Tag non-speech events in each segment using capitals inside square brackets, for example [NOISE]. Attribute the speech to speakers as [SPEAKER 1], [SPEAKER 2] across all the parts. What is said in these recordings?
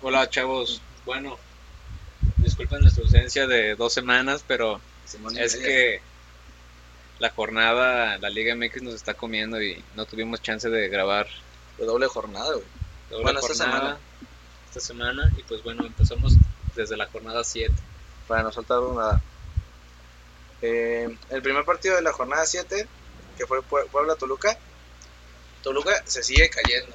[SPEAKER 1] Hola chavos, bueno, disculpen nuestra ausencia de dos semanas, pero
[SPEAKER 2] Simón y
[SPEAKER 1] es
[SPEAKER 2] Reyes.
[SPEAKER 1] que la jornada, la Liga MX nos está comiendo y no tuvimos chance de grabar
[SPEAKER 2] De doble jornada, güey.
[SPEAKER 1] doble
[SPEAKER 2] Bueno, esta
[SPEAKER 1] jornada
[SPEAKER 2] semana.
[SPEAKER 1] esta semana y pues bueno, empezamos desde la jornada 7.
[SPEAKER 2] Para no soltar nada. Eh, el primer partido de la jornada 7, que fue Pue- Puebla-Toluca. Toluca se sigue cayendo.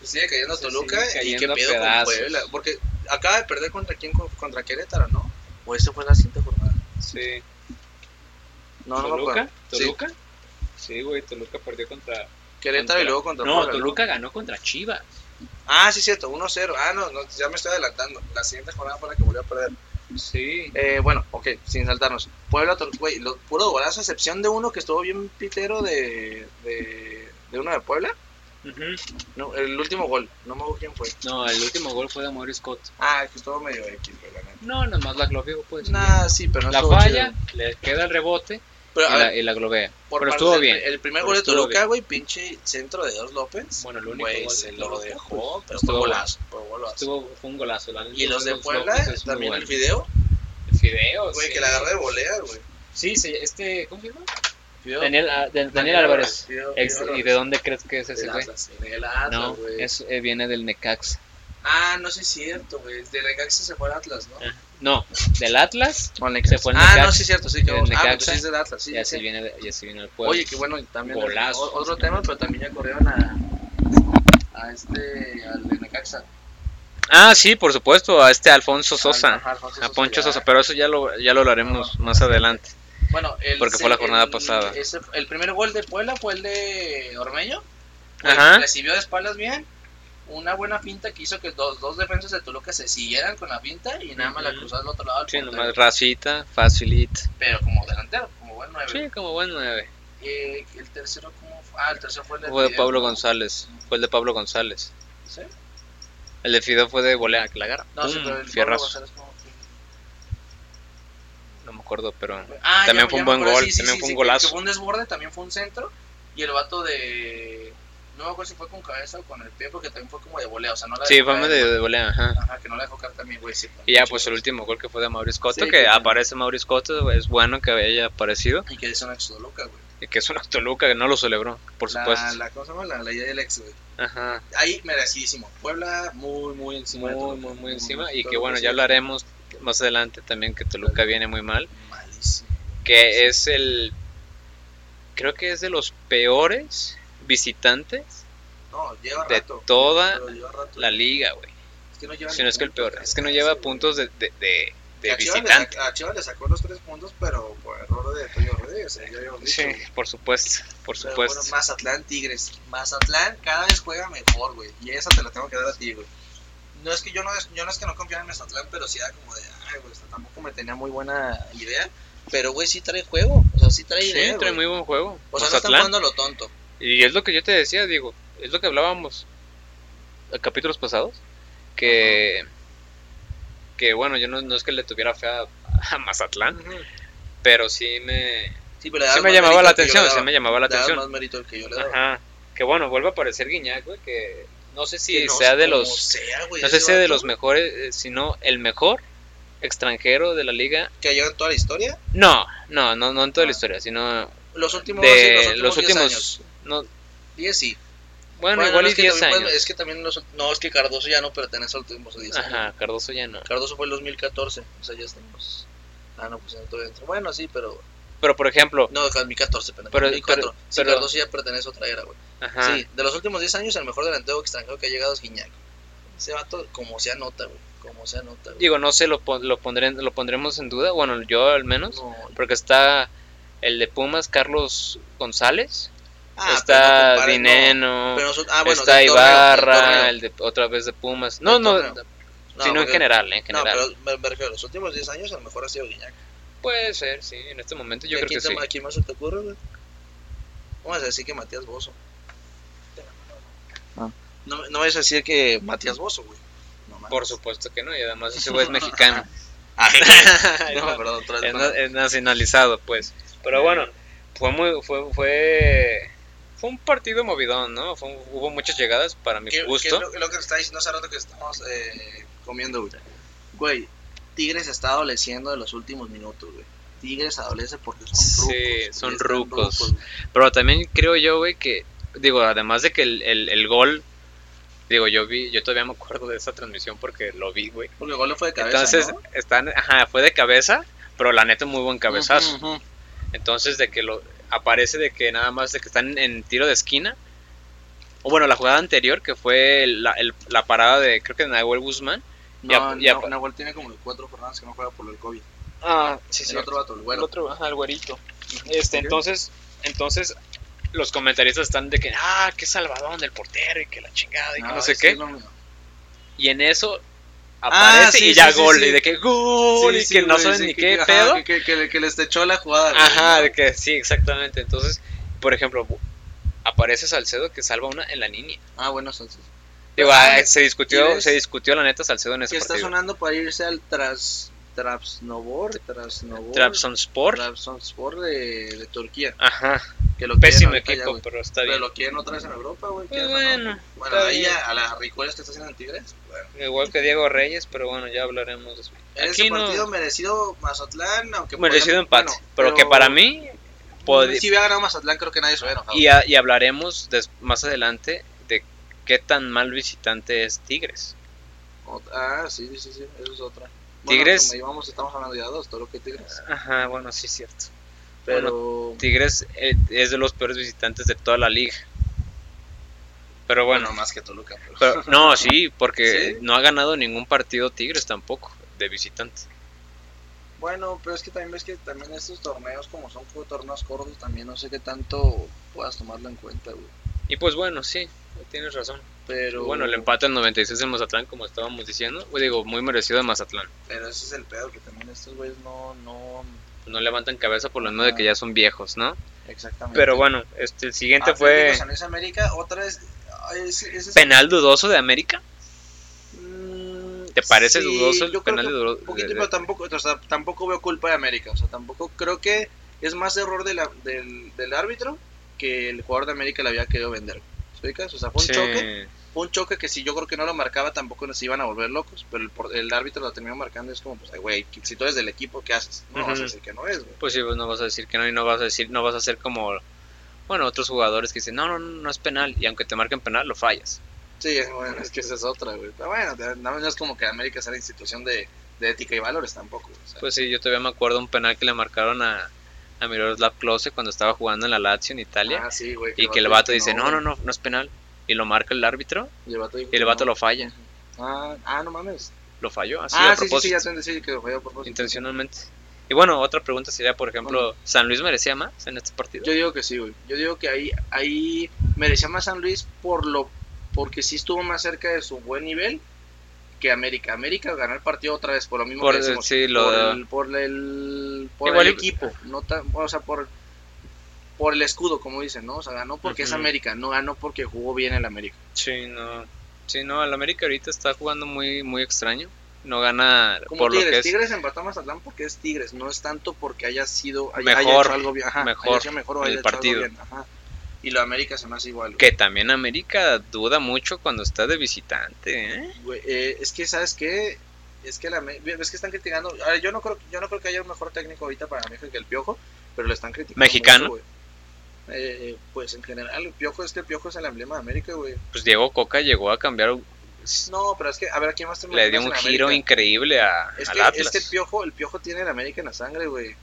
[SPEAKER 2] Se sigue cayendo
[SPEAKER 1] Se
[SPEAKER 2] Toluca
[SPEAKER 1] sigue
[SPEAKER 2] y qué
[SPEAKER 1] cayendo a
[SPEAKER 2] pedo con
[SPEAKER 1] pedazos.
[SPEAKER 2] Puebla. Porque acaba de perder contra quién, Con- contra Querétaro, ¿no? O esa fue la siguiente jornada.
[SPEAKER 1] Sí.
[SPEAKER 2] No, no me
[SPEAKER 1] ¿Toluca?
[SPEAKER 2] acuerdo. Sí,
[SPEAKER 1] ¿Toluca? Sí, güey, Toluca perdió contra...
[SPEAKER 2] Querétaro
[SPEAKER 1] contra-
[SPEAKER 2] y luego contra
[SPEAKER 1] No,
[SPEAKER 2] Puebla,
[SPEAKER 1] Toluca ganó contra Chivas.
[SPEAKER 2] Ah, sí, cierto, 1-0. Ah, no, no, ya me estoy adelantando. La siguiente jornada fue la que volvió a perder.
[SPEAKER 1] Sí.
[SPEAKER 2] Eh, bueno, ok, sin saltarnos. Puebla, Tol- güey, lo- puro golazo, a excepción de uno que estuvo bien pitero de, de, de uno de Puebla.
[SPEAKER 1] Ujú.
[SPEAKER 2] No, el último gol, no me acuerdo quién fue.
[SPEAKER 1] No, el último gol fue de Mauricio Scott.
[SPEAKER 2] Ah, el que estuvo medio X, güey, la neta.
[SPEAKER 1] No, nomás la globeó, pues.
[SPEAKER 2] Nah, sí, pero no
[SPEAKER 1] la
[SPEAKER 2] estuvo
[SPEAKER 1] falla,
[SPEAKER 2] chido.
[SPEAKER 1] le queda el rebote
[SPEAKER 2] Pero,
[SPEAKER 1] y
[SPEAKER 2] a
[SPEAKER 1] la,
[SPEAKER 2] ver,
[SPEAKER 1] y la globea.
[SPEAKER 2] por
[SPEAKER 1] pero
[SPEAKER 2] parte
[SPEAKER 1] estuvo
[SPEAKER 2] del-
[SPEAKER 1] bien.
[SPEAKER 2] El primer
[SPEAKER 1] Pero
[SPEAKER 2] gol de
[SPEAKER 1] estuvo
[SPEAKER 2] Toluca, güey, pinche centro de Dios López.
[SPEAKER 1] Bueno, el único
[SPEAKER 2] Güey,
[SPEAKER 1] gol de
[SPEAKER 2] se lo
[SPEAKER 1] Toluca,
[SPEAKER 2] dejó,
[SPEAKER 1] pues,
[SPEAKER 2] pero fue
[SPEAKER 1] estuvo
[SPEAKER 2] golazo, fue golazo.
[SPEAKER 1] Estuvo, fue un golazo. la-
[SPEAKER 2] Y los de
[SPEAKER 1] los
[SPEAKER 2] Puebla,
[SPEAKER 1] López es muy
[SPEAKER 2] también el
[SPEAKER 1] bueno.
[SPEAKER 2] video,
[SPEAKER 1] El Fideo,
[SPEAKER 2] güey,
[SPEAKER 1] sí.
[SPEAKER 2] que la agarré de volea, güey.
[SPEAKER 1] Sí, sí, este, ¿cómo se llama?
[SPEAKER 2] Fideo-
[SPEAKER 1] Daniel, ah, Dan- Daniel Álvarez. Ex- ¿Y de dónde crees que es ese
[SPEAKER 2] Del
[SPEAKER 1] güey?
[SPEAKER 2] Atlas, del Atlas,
[SPEAKER 1] No,
[SPEAKER 2] güey.
[SPEAKER 1] es, eh, viene del Necaxa.
[SPEAKER 2] Ah, no sé es cierto, güey. De Necaxa se fue al Atlas, ¿no?
[SPEAKER 1] No, del Atlas
[SPEAKER 2] [LAUGHS]
[SPEAKER 1] Se fue al
[SPEAKER 2] ah,
[SPEAKER 1] Necaxa.
[SPEAKER 2] no, sí es cierto, sí. Que
[SPEAKER 1] Del
[SPEAKER 2] vamos. Ah,
[SPEAKER 1] Necaxa.
[SPEAKER 2] pero sí es del Atlas, sí.
[SPEAKER 1] y así
[SPEAKER 2] sí.
[SPEAKER 1] viene, de- y así viene el pueblo.
[SPEAKER 2] Oye, qué bueno, y también.
[SPEAKER 1] pues, Golazo.
[SPEAKER 2] o- Otro tema, pero también ya corrieron a. A este. Al de Necaxa.
[SPEAKER 1] Ah, sí, por supuesto, a este Alfonso
[SPEAKER 2] Al-
[SPEAKER 1] Sosa,
[SPEAKER 2] ajá, Ah, Alfonso
[SPEAKER 1] a Poncho
[SPEAKER 2] ya.
[SPEAKER 1] Sosa, pero eso ya lo, ya lo hablaremos más adelante.
[SPEAKER 2] Bueno, el,
[SPEAKER 1] porque fue la jornada pasada.
[SPEAKER 2] ese- el primer gol de Puebla fue el de Ormeño. Güey,
[SPEAKER 1] Ajá.
[SPEAKER 2] Recibió de espaldas bien. Una buena finta que hizo que los dos defensas de Toluca se siguieran con la finta y nada más la
[SPEAKER 1] Ujú.
[SPEAKER 2] cruzó al otro lado. al
[SPEAKER 1] Sí,
[SPEAKER 2] portero.
[SPEAKER 1] nomás racita, facilita.
[SPEAKER 2] Pero como delantero, como buen nueve.
[SPEAKER 1] Sí, como buen nueve.
[SPEAKER 2] Eh, el tercero, ¿cómo fue? Ah, el tercero fue el de
[SPEAKER 1] Fue de
[SPEAKER 2] Fideo,
[SPEAKER 1] Pablo
[SPEAKER 2] ¿no?
[SPEAKER 1] González. Fue el de Pablo González.
[SPEAKER 2] ¿Sí?
[SPEAKER 1] El de Fido fue de volea, que la agarra.
[SPEAKER 2] No, sí,
[SPEAKER 1] ¡Pum!
[SPEAKER 2] pero el Pablo
[SPEAKER 1] Mm, Fierrazo.
[SPEAKER 2] González, ¿cómo fue?
[SPEAKER 1] No me acuerdo, pero.
[SPEAKER 2] Ah, ya-
[SPEAKER 1] También
[SPEAKER 2] ya
[SPEAKER 1] fue un
[SPEAKER 2] me
[SPEAKER 1] buen
[SPEAKER 2] acuerdo,
[SPEAKER 1] gol, también fue un
[SPEAKER 2] que- que
[SPEAKER 1] golazo.
[SPEAKER 2] fue un desborde, también fue un centro. Y el vato de. No me acuerdo si fue con cabeza o con el pie, porque también fue como de volea. O sea, no la
[SPEAKER 1] Sí,
[SPEAKER 2] dejó
[SPEAKER 1] fue
[SPEAKER 2] caer.
[SPEAKER 1] medio de volea, ajá.
[SPEAKER 2] Ajá, que no la dejó caer también, güey. sí,
[SPEAKER 1] Y ya,
[SPEAKER 2] mucho
[SPEAKER 1] pues el
[SPEAKER 2] golazo.
[SPEAKER 1] último gol que fue de Mauricio Cotto,
[SPEAKER 2] Sí,
[SPEAKER 1] que
[SPEAKER 2] que-
[SPEAKER 1] aparece Mauricio Cotto, es bueno que haya aparecido.
[SPEAKER 2] Y que es un ex Toluca, güey.
[SPEAKER 1] Y que es una Toluca que no lo celebró, por
[SPEAKER 2] La-
[SPEAKER 1] supuesto.
[SPEAKER 2] La, ¿Cómo se llama? La, la idea del ex, güey.
[SPEAKER 1] Ajá.
[SPEAKER 2] Ahí merecidísimo. Puebla, muy, muy encima. de
[SPEAKER 1] Muy,
[SPEAKER 2] Toluca.
[SPEAKER 1] muy, muy encima. Y que
[SPEAKER 2] Toluca
[SPEAKER 1] bueno,
[SPEAKER 2] sí,
[SPEAKER 1] ya hablaremos más adelante también que Toluca viene muy mal.
[SPEAKER 2] Malísimo.
[SPEAKER 1] que es el creo que es de los peores visitantes
[SPEAKER 2] No, lleva
[SPEAKER 1] de
[SPEAKER 2] rato.
[SPEAKER 1] toda
[SPEAKER 2] Pero lleva rato.
[SPEAKER 1] la liga, güey.
[SPEAKER 2] Es que no lleva
[SPEAKER 1] Si no
[SPEAKER 2] ni
[SPEAKER 1] es que el
[SPEAKER 2] puntos,
[SPEAKER 1] peor, es que no
[SPEAKER 2] güey.
[SPEAKER 1] lleva
[SPEAKER 2] Sí,
[SPEAKER 1] puntos de, de, de- de
[SPEAKER 2] güey. A Chivas le sac-
[SPEAKER 1] visitante.
[SPEAKER 2] A Chivas le sacó los tres puntos, pero por error de Toño Rodríguez. eh, Ya habíamos dicho.
[SPEAKER 1] Sí, por supuesto, por
[SPEAKER 2] Pero
[SPEAKER 1] supuesto.
[SPEAKER 2] bueno, Mazatlán, Tigres. Mazatlán cada vez juega mejor, güey. Y esa te la tengo que dar a ti, güey. No es que yo no, es- yo no es que no confía en Mazatlán, pero sí era como de, ay, güey, esto tampoco me tenía muy buena idea. Pero, güey, sí trae juego. O sea, sí trae
[SPEAKER 1] Sí,
[SPEAKER 2] idea.
[SPEAKER 1] trae muy
[SPEAKER 2] güey.
[SPEAKER 1] buen juego.
[SPEAKER 2] O sea,
[SPEAKER 1] Mazatlán.
[SPEAKER 2] no están jugando a lo tonto.
[SPEAKER 1] Y es lo que yo te decía, digo, es lo que hablábamos en capítulos pasados, que, que bueno, yo no, no es que le tuviera fe a, a Mazatlán, pero sí me,
[SPEAKER 2] Sí, pero le
[SPEAKER 1] Ah. sí
[SPEAKER 2] dabas
[SPEAKER 1] me
[SPEAKER 2] más
[SPEAKER 1] llamaba la
[SPEAKER 2] mérito al que yo
[SPEAKER 1] atención,
[SPEAKER 2] le
[SPEAKER 1] sí
[SPEAKER 2] daba.
[SPEAKER 1] me llamaba la
[SPEAKER 2] Le dabas
[SPEAKER 1] atención.
[SPEAKER 2] más mérito el que yo le daba.
[SPEAKER 1] Ajá. Que bueno, vuelve a aparecer Guiñac, güey, que no sé si
[SPEAKER 2] Que no
[SPEAKER 1] sea
[SPEAKER 2] sé
[SPEAKER 1] de
[SPEAKER 2] cómo
[SPEAKER 1] los
[SPEAKER 2] sea, güey,
[SPEAKER 1] no sé
[SPEAKER 2] ese
[SPEAKER 1] si de
[SPEAKER 2] vato,
[SPEAKER 1] los mejores, eh, sino el mejor extranjero de la liga.
[SPEAKER 2] que ha llegado en toda la historia.
[SPEAKER 1] No, no, no, no en toda la
[SPEAKER 2] Ah.
[SPEAKER 1] historia, sino
[SPEAKER 2] Los últimos, sí,
[SPEAKER 1] de los
[SPEAKER 2] 10 años.
[SPEAKER 1] últimos no,
[SPEAKER 2] 10 sí.
[SPEAKER 1] bueno, igual
[SPEAKER 2] no,
[SPEAKER 1] y
[SPEAKER 2] es que
[SPEAKER 1] 10
[SPEAKER 2] también,
[SPEAKER 1] años.
[SPEAKER 2] pues, es que también los no, es que Cardoso ya no pertenece a los últimos 10 años.
[SPEAKER 1] Ajá, Cardoso ya no.
[SPEAKER 2] Cardoso fue el 2014, o sea, ya estamos Ah, no, pues ya no todavía entra. Bueno, sí, pero
[SPEAKER 1] Pero por ejemplo,
[SPEAKER 2] no, 2014, perdón,
[SPEAKER 1] Pero-
[SPEAKER 2] 2004.
[SPEAKER 1] pero-
[SPEAKER 2] sí,
[SPEAKER 1] pero-
[SPEAKER 2] Cardoso ya pertenece a otra era, güey.
[SPEAKER 1] ajá.
[SPEAKER 2] Sí, de los últimos 10 años el mejor delantero extranjero que ha llegado es Guiñac. Ese vato como se anota, güey, como se anota. güey.
[SPEAKER 1] Digo, no sé, lo, pon- lo, pondré, lo pondremos en duda, bueno, yo al menos,
[SPEAKER 2] No,
[SPEAKER 1] porque está el de Pumas, Carlos González,
[SPEAKER 2] Ah, pero no
[SPEAKER 1] está
[SPEAKER 2] compares, no.
[SPEAKER 1] Dineno,
[SPEAKER 2] Pero nosotros- ah, bueno,
[SPEAKER 1] está
[SPEAKER 2] del torneo,
[SPEAKER 1] Ibarra,
[SPEAKER 2] del torneo.
[SPEAKER 1] el de, otra vez de Pumas. No, no,
[SPEAKER 2] torneo. No,
[SPEAKER 1] sino en
[SPEAKER 2] porque-
[SPEAKER 1] general, en
[SPEAKER 2] No,
[SPEAKER 1] general.
[SPEAKER 2] pero me, me refiero, los últimos 10 años a lo mejor ha sido Guiñac.
[SPEAKER 1] Puede ser, sí, en este momento yo
[SPEAKER 2] ¿Y a
[SPEAKER 1] creo
[SPEAKER 2] quién
[SPEAKER 1] que sí.
[SPEAKER 2] te- ¿A quién más se te ocurre, güey? Vamos a decir que Matías Bozo. Ah. No, me- no vas a decir que Matías Bozo, güey. No, mames.
[SPEAKER 1] Por supuesto que no, y además ese
[SPEAKER 2] [LAUGHS]
[SPEAKER 1] güey es mexicano. [LAUGHS]
[SPEAKER 2] Ah,
[SPEAKER 1] no,
[SPEAKER 2] no, perdón, otra vez.
[SPEAKER 1] es,
[SPEAKER 2] no.
[SPEAKER 1] na- es nacionalizado, pues. Pero bueno, fue muy, fue, fue, fue un partido movidón, ¿no? Fue un- hubo muchas llegadas para mi
[SPEAKER 2] ¿Qué- qué
[SPEAKER 1] gusto.
[SPEAKER 2] es lo, lo que está diciendo hace rato que estamos eh, comiendo, güey? Güey, Tigres está adoleciendo de los últimos minutos, güey. Tigres adolece porque son
[SPEAKER 1] Sí,
[SPEAKER 2] rucos. güey,
[SPEAKER 1] son
[SPEAKER 2] están
[SPEAKER 1] rucos.
[SPEAKER 2] güey.
[SPEAKER 1] Pero también creo yo, güey, que, digo, además de que el, el- el gol, digo, yo vi, yo todavía me acuerdo de esa transmisión porque lo vi, güey.
[SPEAKER 2] Porque el gol no fue de cabeza,
[SPEAKER 1] Entonces,
[SPEAKER 2] ¿no?
[SPEAKER 1] están, ajá, fue de cabeza, pero la neta, muy buen cabezazo.
[SPEAKER 2] Ujú, ujú.
[SPEAKER 1] Entonces, de que lo aparece de que nada más de que están en tiro de esquina. O bueno, la jugada anterior, que fue la, el- la parada de, creo que de Nahuel Guzmán.
[SPEAKER 2] No,
[SPEAKER 1] Ya- ya-
[SPEAKER 2] Na- Nahuel tiene como cuatro jornadas que no juega por el COVID.
[SPEAKER 1] Ah, sí,
[SPEAKER 2] el otro vato, el güero.
[SPEAKER 1] otro, ajá, el güerito. Este,
[SPEAKER 2] Ok.
[SPEAKER 1] entonces, entonces los comentaristas están de que, ah, qué salvadón del portero y que la chingada y que no sé
[SPEAKER 2] es
[SPEAKER 1] qué.
[SPEAKER 2] que Ah, es lo mío.
[SPEAKER 1] Y en eso
[SPEAKER 2] Ah,
[SPEAKER 1] aparece
[SPEAKER 2] sí,
[SPEAKER 1] y ya
[SPEAKER 2] sí, sí,
[SPEAKER 1] gol
[SPEAKER 2] sí.
[SPEAKER 1] y de que gol
[SPEAKER 2] Sí,
[SPEAKER 1] y
[SPEAKER 2] sí,
[SPEAKER 1] que no
[SPEAKER 2] güey,
[SPEAKER 1] saben
[SPEAKER 2] sí,
[SPEAKER 1] ni
[SPEAKER 2] que- "Ah,
[SPEAKER 1] qué
[SPEAKER 2] ajá,
[SPEAKER 1] pedo.
[SPEAKER 2] Que, que- que les techó la jugada. güey.
[SPEAKER 1] Ajá, de que sí, exactamente. Entonces, por ejemplo, bu- aparece Salcedo que salva una en la línea.
[SPEAKER 2] Ah, bueno, entonces.
[SPEAKER 1] Digo,
[SPEAKER 2] Ah,
[SPEAKER 1] ah, se discutió,
[SPEAKER 2] ¿quieres?
[SPEAKER 1] se discutió la neta Salcedo en ese
[SPEAKER 2] Que está
[SPEAKER 1] partido.
[SPEAKER 2] sonando para irse al tras, Trabzonspor, Trabzonspor,
[SPEAKER 1] Trabzonspor.
[SPEAKER 2] Trabzonspor de, de Turquía.
[SPEAKER 1] Ajá.
[SPEAKER 2] Que lo
[SPEAKER 1] Pésimo
[SPEAKER 2] quieren ahorita ya,
[SPEAKER 1] equipo,
[SPEAKER 2] güey.
[SPEAKER 1] pero está
[SPEAKER 2] pero
[SPEAKER 1] bien.
[SPEAKER 2] lo quieren otra vez en Europa, güey.
[SPEAKER 1] Pues
[SPEAKER 2] quieras o no.
[SPEAKER 1] bueno,
[SPEAKER 2] bueno,
[SPEAKER 1] está
[SPEAKER 2] ahí
[SPEAKER 1] bien.
[SPEAKER 2] a, a las ricuelas que está haciendo en Tigres. Bueno,
[SPEAKER 1] Igual que Diego Reyes, pero bueno, ya hablaremos después.
[SPEAKER 2] en
[SPEAKER 1] Aquí
[SPEAKER 2] ese
[SPEAKER 1] no-
[SPEAKER 2] partido merecido Mazatlán, aunque
[SPEAKER 1] Merecido
[SPEAKER 2] podían-
[SPEAKER 1] empate,
[SPEAKER 2] bueno,
[SPEAKER 1] pero, que para mí podía-
[SPEAKER 2] Si hubiera ganado Mazatlán, creo que nadie se hubiera enojado.
[SPEAKER 1] y, a- y hablaremos des- más adelante de qué tan mal visitante es Tigres.
[SPEAKER 2] Ot- Ah, sí, sí, sí, sí, eso es otra. Bueno,
[SPEAKER 1] Tigres.
[SPEAKER 2] como íbamos, estamos hablando ya de dos, todo lo que Tigres.
[SPEAKER 1] Ajá, bueno, sí es cierto.
[SPEAKER 2] Pero.
[SPEAKER 1] Tigres eh, es de los peores visitantes de toda la liga. Pero bueno,
[SPEAKER 2] bueno, más que Toluca. Pero...
[SPEAKER 1] pero-
[SPEAKER 2] [LAUGHS]
[SPEAKER 1] no, sí, porque
[SPEAKER 2] ¿Sí?
[SPEAKER 1] no ha ganado ningún partido Tigres tampoco de visitante.
[SPEAKER 2] Bueno, pero es que también ves que también estos torneos, como son co- torneos cortos, también no sé qué tanto puedas tomarlo en cuenta, güey.
[SPEAKER 1] Y pues bueno, sí, tienes razón.
[SPEAKER 2] Pero.
[SPEAKER 1] Bueno, el empate al 96 en Mazatlán, como estábamos diciendo, pues digo, muy merecido de Mazatlán.
[SPEAKER 2] Pero ese es el pedo, que también estos güeyes no, no.
[SPEAKER 1] No levantan cabeza por lo menos
[SPEAKER 2] Ah.
[SPEAKER 1] de que ya son viejos, ¿no?
[SPEAKER 2] Exactamente.
[SPEAKER 1] Pero bueno, este, el siguiente
[SPEAKER 2] Ah,
[SPEAKER 1] fue
[SPEAKER 2] San Luis América, otra es. ay, ese- ese es-
[SPEAKER 1] penal dudoso de América.
[SPEAKER 2] Mm,
[SPEAKER 1] ¿Te parece
[SPEAKER 2] sí,
[SPEAKER 1] dudoso el
[SPEAKER 2] yo creo
[SPEAKER 1] penal
[SPEAKER 2] que
[SPEAKER 1] dudoso?
[SPEAKER 2] Un poquito, pero tampoco, o sea, tampoco veo culpa de América. O sea, tampoco creo que es más error de la- del, del árbitro que el jugador de América le había querido vender. ¿Te ubicas? O sea, fue un choque. Fue un choque que si yo creo que no lo marcaba tampoco nos iban a volver locos, pero el, por- el árbitro lo terminó marcando y es como, pues, ay, güey, que- si tú eres del equipo, ¿qué haces? No vas
[SPEAKER 1] Ujú.
[SPEAKER 2] a decir que no es, güey.
[SPEAKER 1] Pues sí, pues no vas a decir que no y no vas a decir, no vas a ser como, bueno, otros jugadores que dicen, no, no, no, no es penal y aunque te marquen penal lo fallas.
[SPEAKER 2] Sí, bueno, es que esa es otra, güey. Pero bueno, de- no, no es como que América sea la institución de, de ética y valores tampoco. güey, o sea.
[SPEAKER 1] Pues sí, yo todavía me acuerdo un penal que le marcaron a, a Miroslav Klose cuando estaba jugando en la Lazio en Italia
[SPEAKER 2] Ah, sí, güey,
[SPEAKER 1] y que el vato
[SPEAKER 2] dijo
[SPEAKER 1] dice, no, no, no, no es penal y lo marca el árbitro
[SPEAKER 2] güey. Y el vato, dijo
[SPEAKER 1] y el
[SPEAKER 2] que
[SPEAKER 1] vato
[SPEAKER 2] no.
[SPEAKER 1] lo falla,
[SPEAKER 2] Ah, ah, no mames.
[SPEAKER 1] lo falló así
[SPEAKER 2] ah,
[SPEAKER 1] a
[SPEAKER 2] sí, sí, sí,
[SPEAKER 1] propósito,
[SPEAKER 2] ya te entendí, sí, que fue a propósito.
[SPEAKER 1] intencionalmente. Y bueno, otra pregunta sería, por ejemplo, ¿San Luis merecía más en este partido?
[SPEAKER 2] Yo digo que sí, güey. Yo digo que ahí, ahí merecía más San Luis por lo, porque sí estuvo más cerca de su buen nivel que América. América ganó el partido otra vez por lo mismo
[SPEAKER 1] Por-
[SPEAKER 2] que decimos,
[SPEAKER 1] sí, lo-
[SPEAKER 2] por el, por el, por
[SPEAKER 1] Igual
[SPEAKER 2] el
[SPEAKER 1] y-
[SPEAKER 2] equipo, no tan, o sea, por por el escudo, como dicen, ¿no? O sea, ganó porque es
[SPEAKER 1] Ujú.
[SPEAKER 2] América, no ganó porque jugó bien el América.
[SPEAKER 1] Sí, no. Sí, no, el América ahorita está jugando muy, muy extraño. No gana
[SPEAKER 2] Como
[SPEAKER 1] por
[SPEAKER 2] Tigres,
[SPEAKER 1] lo que es.
[SPEAKER 2] Tigres empató a Mazatlán porque es Tigres, no es tanto porque haya sido haya, haya
[SPEAKER 1] Mejor,
[SPEAKER 2] hecho algo bien, ajá, haya
[SPEAKER 1] mejor
[SPEAKER 2] hecho mejor o
[SPEAKER 1] en
[SPEAKER 2] haya
[SPEAKER 1] el
[SPEAKER 2] hecho algo
[SPEAKER 1] partido.
[SPEAKER 2] bien, ajá. Y lo América se me hace igual. güey.
[SPEAKER 1] Que también América duda mucho cuando está de visitante, ¿eh?
[SPEAKER 2] Güey, eh, es que, ¿sabes qué? Es que, la, me- es que están criticando. a ver, yo, no creo, yo no creo que haya un mejor técnico ahorita para México que el Piojo, pero lo están criticando.
[SPEAKER 1] ¿Mexicano?
[SPEAKER 2] mucho, güey. Eh, pues en general, el Piojo es que el Piojo es el emblema de América, güey.
[SPEAKER 1] Pues Diego Coca llegó a cambiar, un-
[SPEAKER 2] No, pero es que, a ver, ¿a quién más te
[SPEAKER 1] le dio un
[SPEAKER 2] imaginas en
[SPEAKER 1] giro
[SPEAKER 2] América?
[SPEAKER 1] increíble a,
[SPEAKER 2] Es
[SPEAKER 1] al
[SPEAKER 2] que, este
[SPEAKER 1] Atlas.
[SPEAKER 2] es que el, piojo, el Piojo tiene el América en la sangre, güey.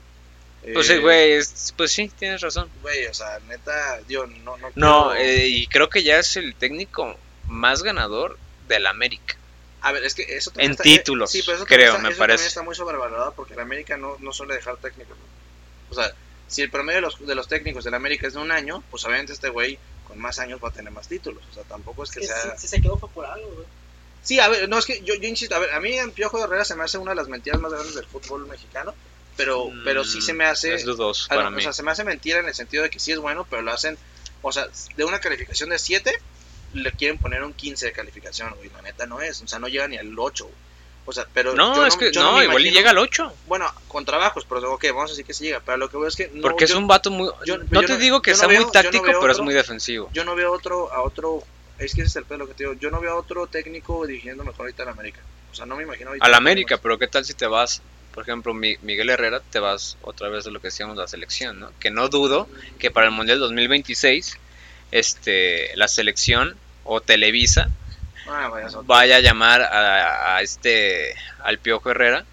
[SPEAKER 2] Eh,
[SPEAKER 1] Pues sí, güey, es- pues sí, tienes razón.
[SPEAKER 2] Güey, o sea, neta, Dios, no. No,
[SPEAKER 1] No,
[SPEAKER 2] quiero-
[SPEAKER 1] eh, y creo que ya es el técnico más ganador del América.
[SPEAKER 2] A ver, es que eso
[SPEAKER 1] En
[SPEAKER 2] también está- eh,
[SPEAKER 1] títulos,
[SPEAKER 2] sí, pero eso
[SPEAKER 1] creo,
[SPEAKER 2] también está-
[SPEAKER 1] me
[SPEAKER 2] eso
[SPEAKER 1] parece.
[SPEAKER 2] también está muy sobrevalorado porque el América no, no suele dejar técnicos. ¿no? O sea, si el promedio de los, de los técnicos del América es de un año, pues obviamente este güey con más años va a tener más títulos. O sea, tampoco es que
[SPEAKER 3] que
[SPEAKER 2] sea.
[SPEAKER 3] si, si se quedó fue por algo, güey.
[SPEAKER 2] Sí, a ver, no, es que yo, yo insisto, a ver, a mí en Piojo Herrera se me hace una de las mentiras más grandes del fútbol mexicano, pero, pero sí
[SPEAKER 1] Mm,
[SPEAKER 2] se me hace.
[SPEAKER 1] Es dudoso
[SPEAKER 2] Ah, no,
[SPEAKER 1] para mí.
[SPEAKER 2] O sea, se me hace mentira en el sentido de que sí es bueno, pero lo hacen, o sea, de una calificación de 7, le quieren poner un 15 de calificación, güey, la neta no es, o sea, no llega ni al 8, güey. O sea, pero.
[SPEAKER 1] No,
[SPEAKER 2] yo
[SPEAKER 1] es que
[SPEAKER 2] yo
[SPEAKER 1] no,
[SPEAKER 2] me
[SPEAKER 1] igual y
[SPEAKER 2] imagino-
[SPEAKER 1] llega al 8.
[SPEAKER 2] Bueno, con trabajos, pero ok, vamos a decir que sí llega. Pero lo que veo es que. No,
[SPEAKER 1] Porque es
[SPEAKER 2] yo-
[SPEAKER 1] un vato muy.
[SPEAKER 2] yo-
[SPEAKER 1] no
[SPEAKER 2] yo
[SPEAKER 1] te
[SPEAKER 2] no-
[SPEAKER 1] digo que
[SPEAKER 2] yo no
[SPEAKER 1] sea
[SPEAKER 2] veo-
[SPEAKER 1] muy
[SPEAKER 2] yo no
[SPEAKER 1] táctico,
[SPEAKER 2] veo
[SPEAKER 1] pero es
[SPEAKER 2] otro.
[SPEAKER 1] muy defensivo.
[SPEAKER 2] Yo no veo otro, a otro. Es que ese es el pelo que te digo. Yo no veo a otro técnico dirigiendo mejor ahorita al América. O sea, no me imagino ahorita.
[SPEAKER 1] Al América, pero ¿qué tal si te vas, por ejemplo, Mi- Miguel Herrera, te vas otra vez de lo que decíamos la selección, ¿no? Que no dudo que para el Mundial 2026, este, la selección o Televisa
[SPEAKER 2] Ah, vaya, es otro.
[SPEAKER 1] vaya a llamar a, a este al Piojo Herrera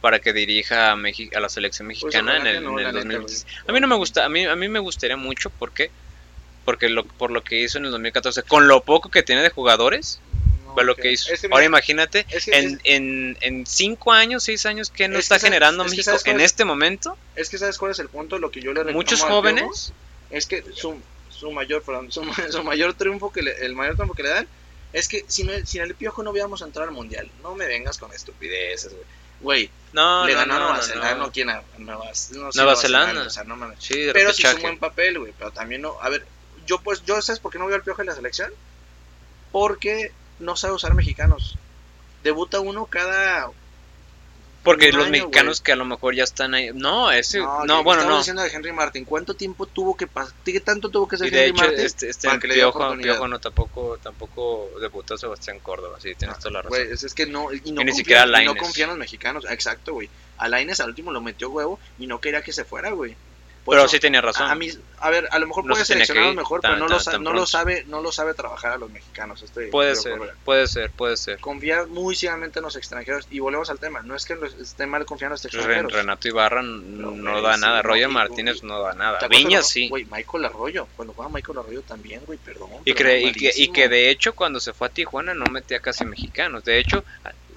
[SPEAKER 1] para que dirija a, Mexi- a la selección
[SPEAKER 2] Pues
[SPEAKER 1] mexicana en
[SPEAKER 2] ojalá
[SPEAKER 1] el,
[SPEAKER 2] que no,
[SPEAKER 1] en el
[SPEAKER 2] la neta,
[SPEAKER 1] 2026.
[SPEAKER 2] güey.
[SPEAKER 1] A mí no me gusta, a mí, a mí me gustaría mucho porque porque lo, por lo que hizo en el 2014, con lo poco que tiene de jugadores,
[SPEAKER 2] No,
[SPEAKER 1] fue lo
[SPEAKER 2] Mm, ok.
[SPEAKER 1] que hizo.
[SPEAKER 2] Es que
[SPEAKER 1] Ahora
[SPEAKER 2] mira,
[SPEAKER 1] imagínate
[SPEAKER 2] es que-
[SPEAKER 1] en,
[SPEAKER 2] es-
[SPEAKER 1] en, en cinco años, seis años, ¿qué no
[SPEAKER 2] Es que
[SPEAKER 1] está
[SPEAKER 2] sabes-
[SPEAKER 1] generando
[SPEAKER 2] es que
[SPEAKER 1] México
[SPEAKER 2] sabes cuál
[SPEAKER 1] en
[SPEAKER 2] es-
[SPEAKER 1] este momento?
[SPEAKER 2] es que sabes cuál es el punto, lo que yo le reclamo
[SPEAKER 1] Muchos
[SPEAKER 2] al Piojo
[SPEAKER 1] jóvenes.
[SPEAKER 2] Es que su, su mayor, perdón, su, [LAUGHS] ma- su mayor triunfo que le- el mayor triunfo que le dan es que sin el, sin el piojo no hubiéramos entrado al mundial. No me vengas con estupideces, güey. Güey,
[SPEAKER 1] No,
[SPEAKER 2] le
[SPEAKER 1] no,
[SPEAKER 2] ganó a
[SPEAKER 1] no,
[SPEAKER 2] Nueva
[SPEAKER 1] no,
[SPEAKER 2] Zelanda,
[SPEAKER 1] no.
[SPEAKER 2] no, ¿quién a Nueva, no, sí, Nueva
[SPEAKER 1] Zelanda.
[SPEAKER 2] O sea, no mames.
[SPEAKER 1] Sí, de
[SPEAKER 2] pero sí es
[SPEAKER 1] repechaje.
[SPEAKER 2] un buen papel, güey. Pero también no. A ver, yo pues, yo ¿sabes por qué no veo al piojo en la selección? Porque no sabe usar mexicanos. Debuta uno cada.
[SPEAKER 1] Porque
[SPEAKER 2] un
[SPEAKER 1] los
[SPEAKER 2] año,
[SPEAKER 1] mexicanos que a lo mejor ya están ahí. No, ese, no,
[SPEAKER 2] que- que
[SPEAKER 1] bueno,
[SPEAKER 2] estamos
[SPEAKER 1] no.
[SPEAKER 2] diciendo de Henry Martin. ¿Cuánto tiempo tuvo que pasar? ¿Qué tanto tuvo que ser
[SPEAKER 1] Y de
[SPEAKER 2] Henry
[SPEAKER 1] hecho,
[SPEAKER 2] Martin?
[SPEAKER 1] este, este
[SPEAKER 2] para que le dé
[SPEAKER 1] Piojo,
[SPEAKER 2] oportunidad.
[SPEAKER 1] Piojo no tampoco, tampoco debutó Sebastián Córdoba, sí, tienes
[SPEAKER 2] Ah,
[SPEAKER 1] toda la razón.
[SPEAKER 2] Güey, es, es que no, y no,
[SPEAKER 1] ni
[SPEAKER 2] confía-
[SPEAKER 1] siquiera
[SPEAKER 2] y no
[SPEAKER 1] Lainez.
[SPEAKER 2] confía en los mexicanos. Ah, Exacto, güey. A Laines al último lo metió huevo y no quería que se fuera, güey. Por
[SPEAKER 1] pero
[SPEAKER 2] eso,
[SPEAKER 1] sí tenía razón.
[SPEAKER 2] pues a, a mí- a ver, a lo mejor
[SPEAKER 1] No
[SPEAKER 2] puede
[SPEAKER 1] se tenía que
[SPEAKER 2] seleccionarlo
[SPEAKER 1] ir
[SPEAKER 2] mejor,
[SPEAKER 1] tan-
[SPEAKER 2] pero no,
[SPEAKER 1] tan-
[SPEAKER 2] lo, sa-
[SPEAKER 1] tan
[SPEAKER 2] no
[SPEAKER 1] pronto.
[SPEAKER 2] lo sabe, no lo sabe trabajar a los mexicanos. Estoy-
[SPEAKER 1] puede
[SPEAKER 2] estoy de
[SPEAKER 1] ser,
[SPEAKER 2] acuerdo.
[SPEAKER 1] puede ser, puede ser.
[SPEAKER 2] confía muy ciegamente en los extranjeros. Y volvemos al tema, no es que los- esté mal confiar en los
[SPEAKER 1] Ren-
[SPEAKER 2] extranjeros.
[SPEAKER 1] Renato Ibarra n-
[SPEAKER 2] Pues Pero,
[SPEAKER 1] no
[SPEAKER 2] güey,
[SPEAKER 1] da
[SPEAKER 2] sí,
[SPEAKER 1] nada,
[SPEAKER 2] no,
[SPEAKER 1] Roger
[SPEAKER 2] y-
[SPEAKER 1] Martínez no da
[SPEAKER 2] ¿Te
[SPEAKER 1] nada,
[SPEAKER 2] acuerdas cuando-
[SPEAKER 1] Viñas sí.
[SPEAKER 2] Güey, Michael Arroyo, cuando jugaba Michael Arroyo también, güey, perdón.
[SPEAKER 1] Y,
[SPEAKER 2] pero
[SPEAKER 1] cre-
[SPEAKER 2] era
[SPEAKER 1] y que, y
[SPEAKER 2] malísimo.
[SPEAKER 1] que de hecho cuando se fue a Tijuana no metía casi mexicanos. De hecho,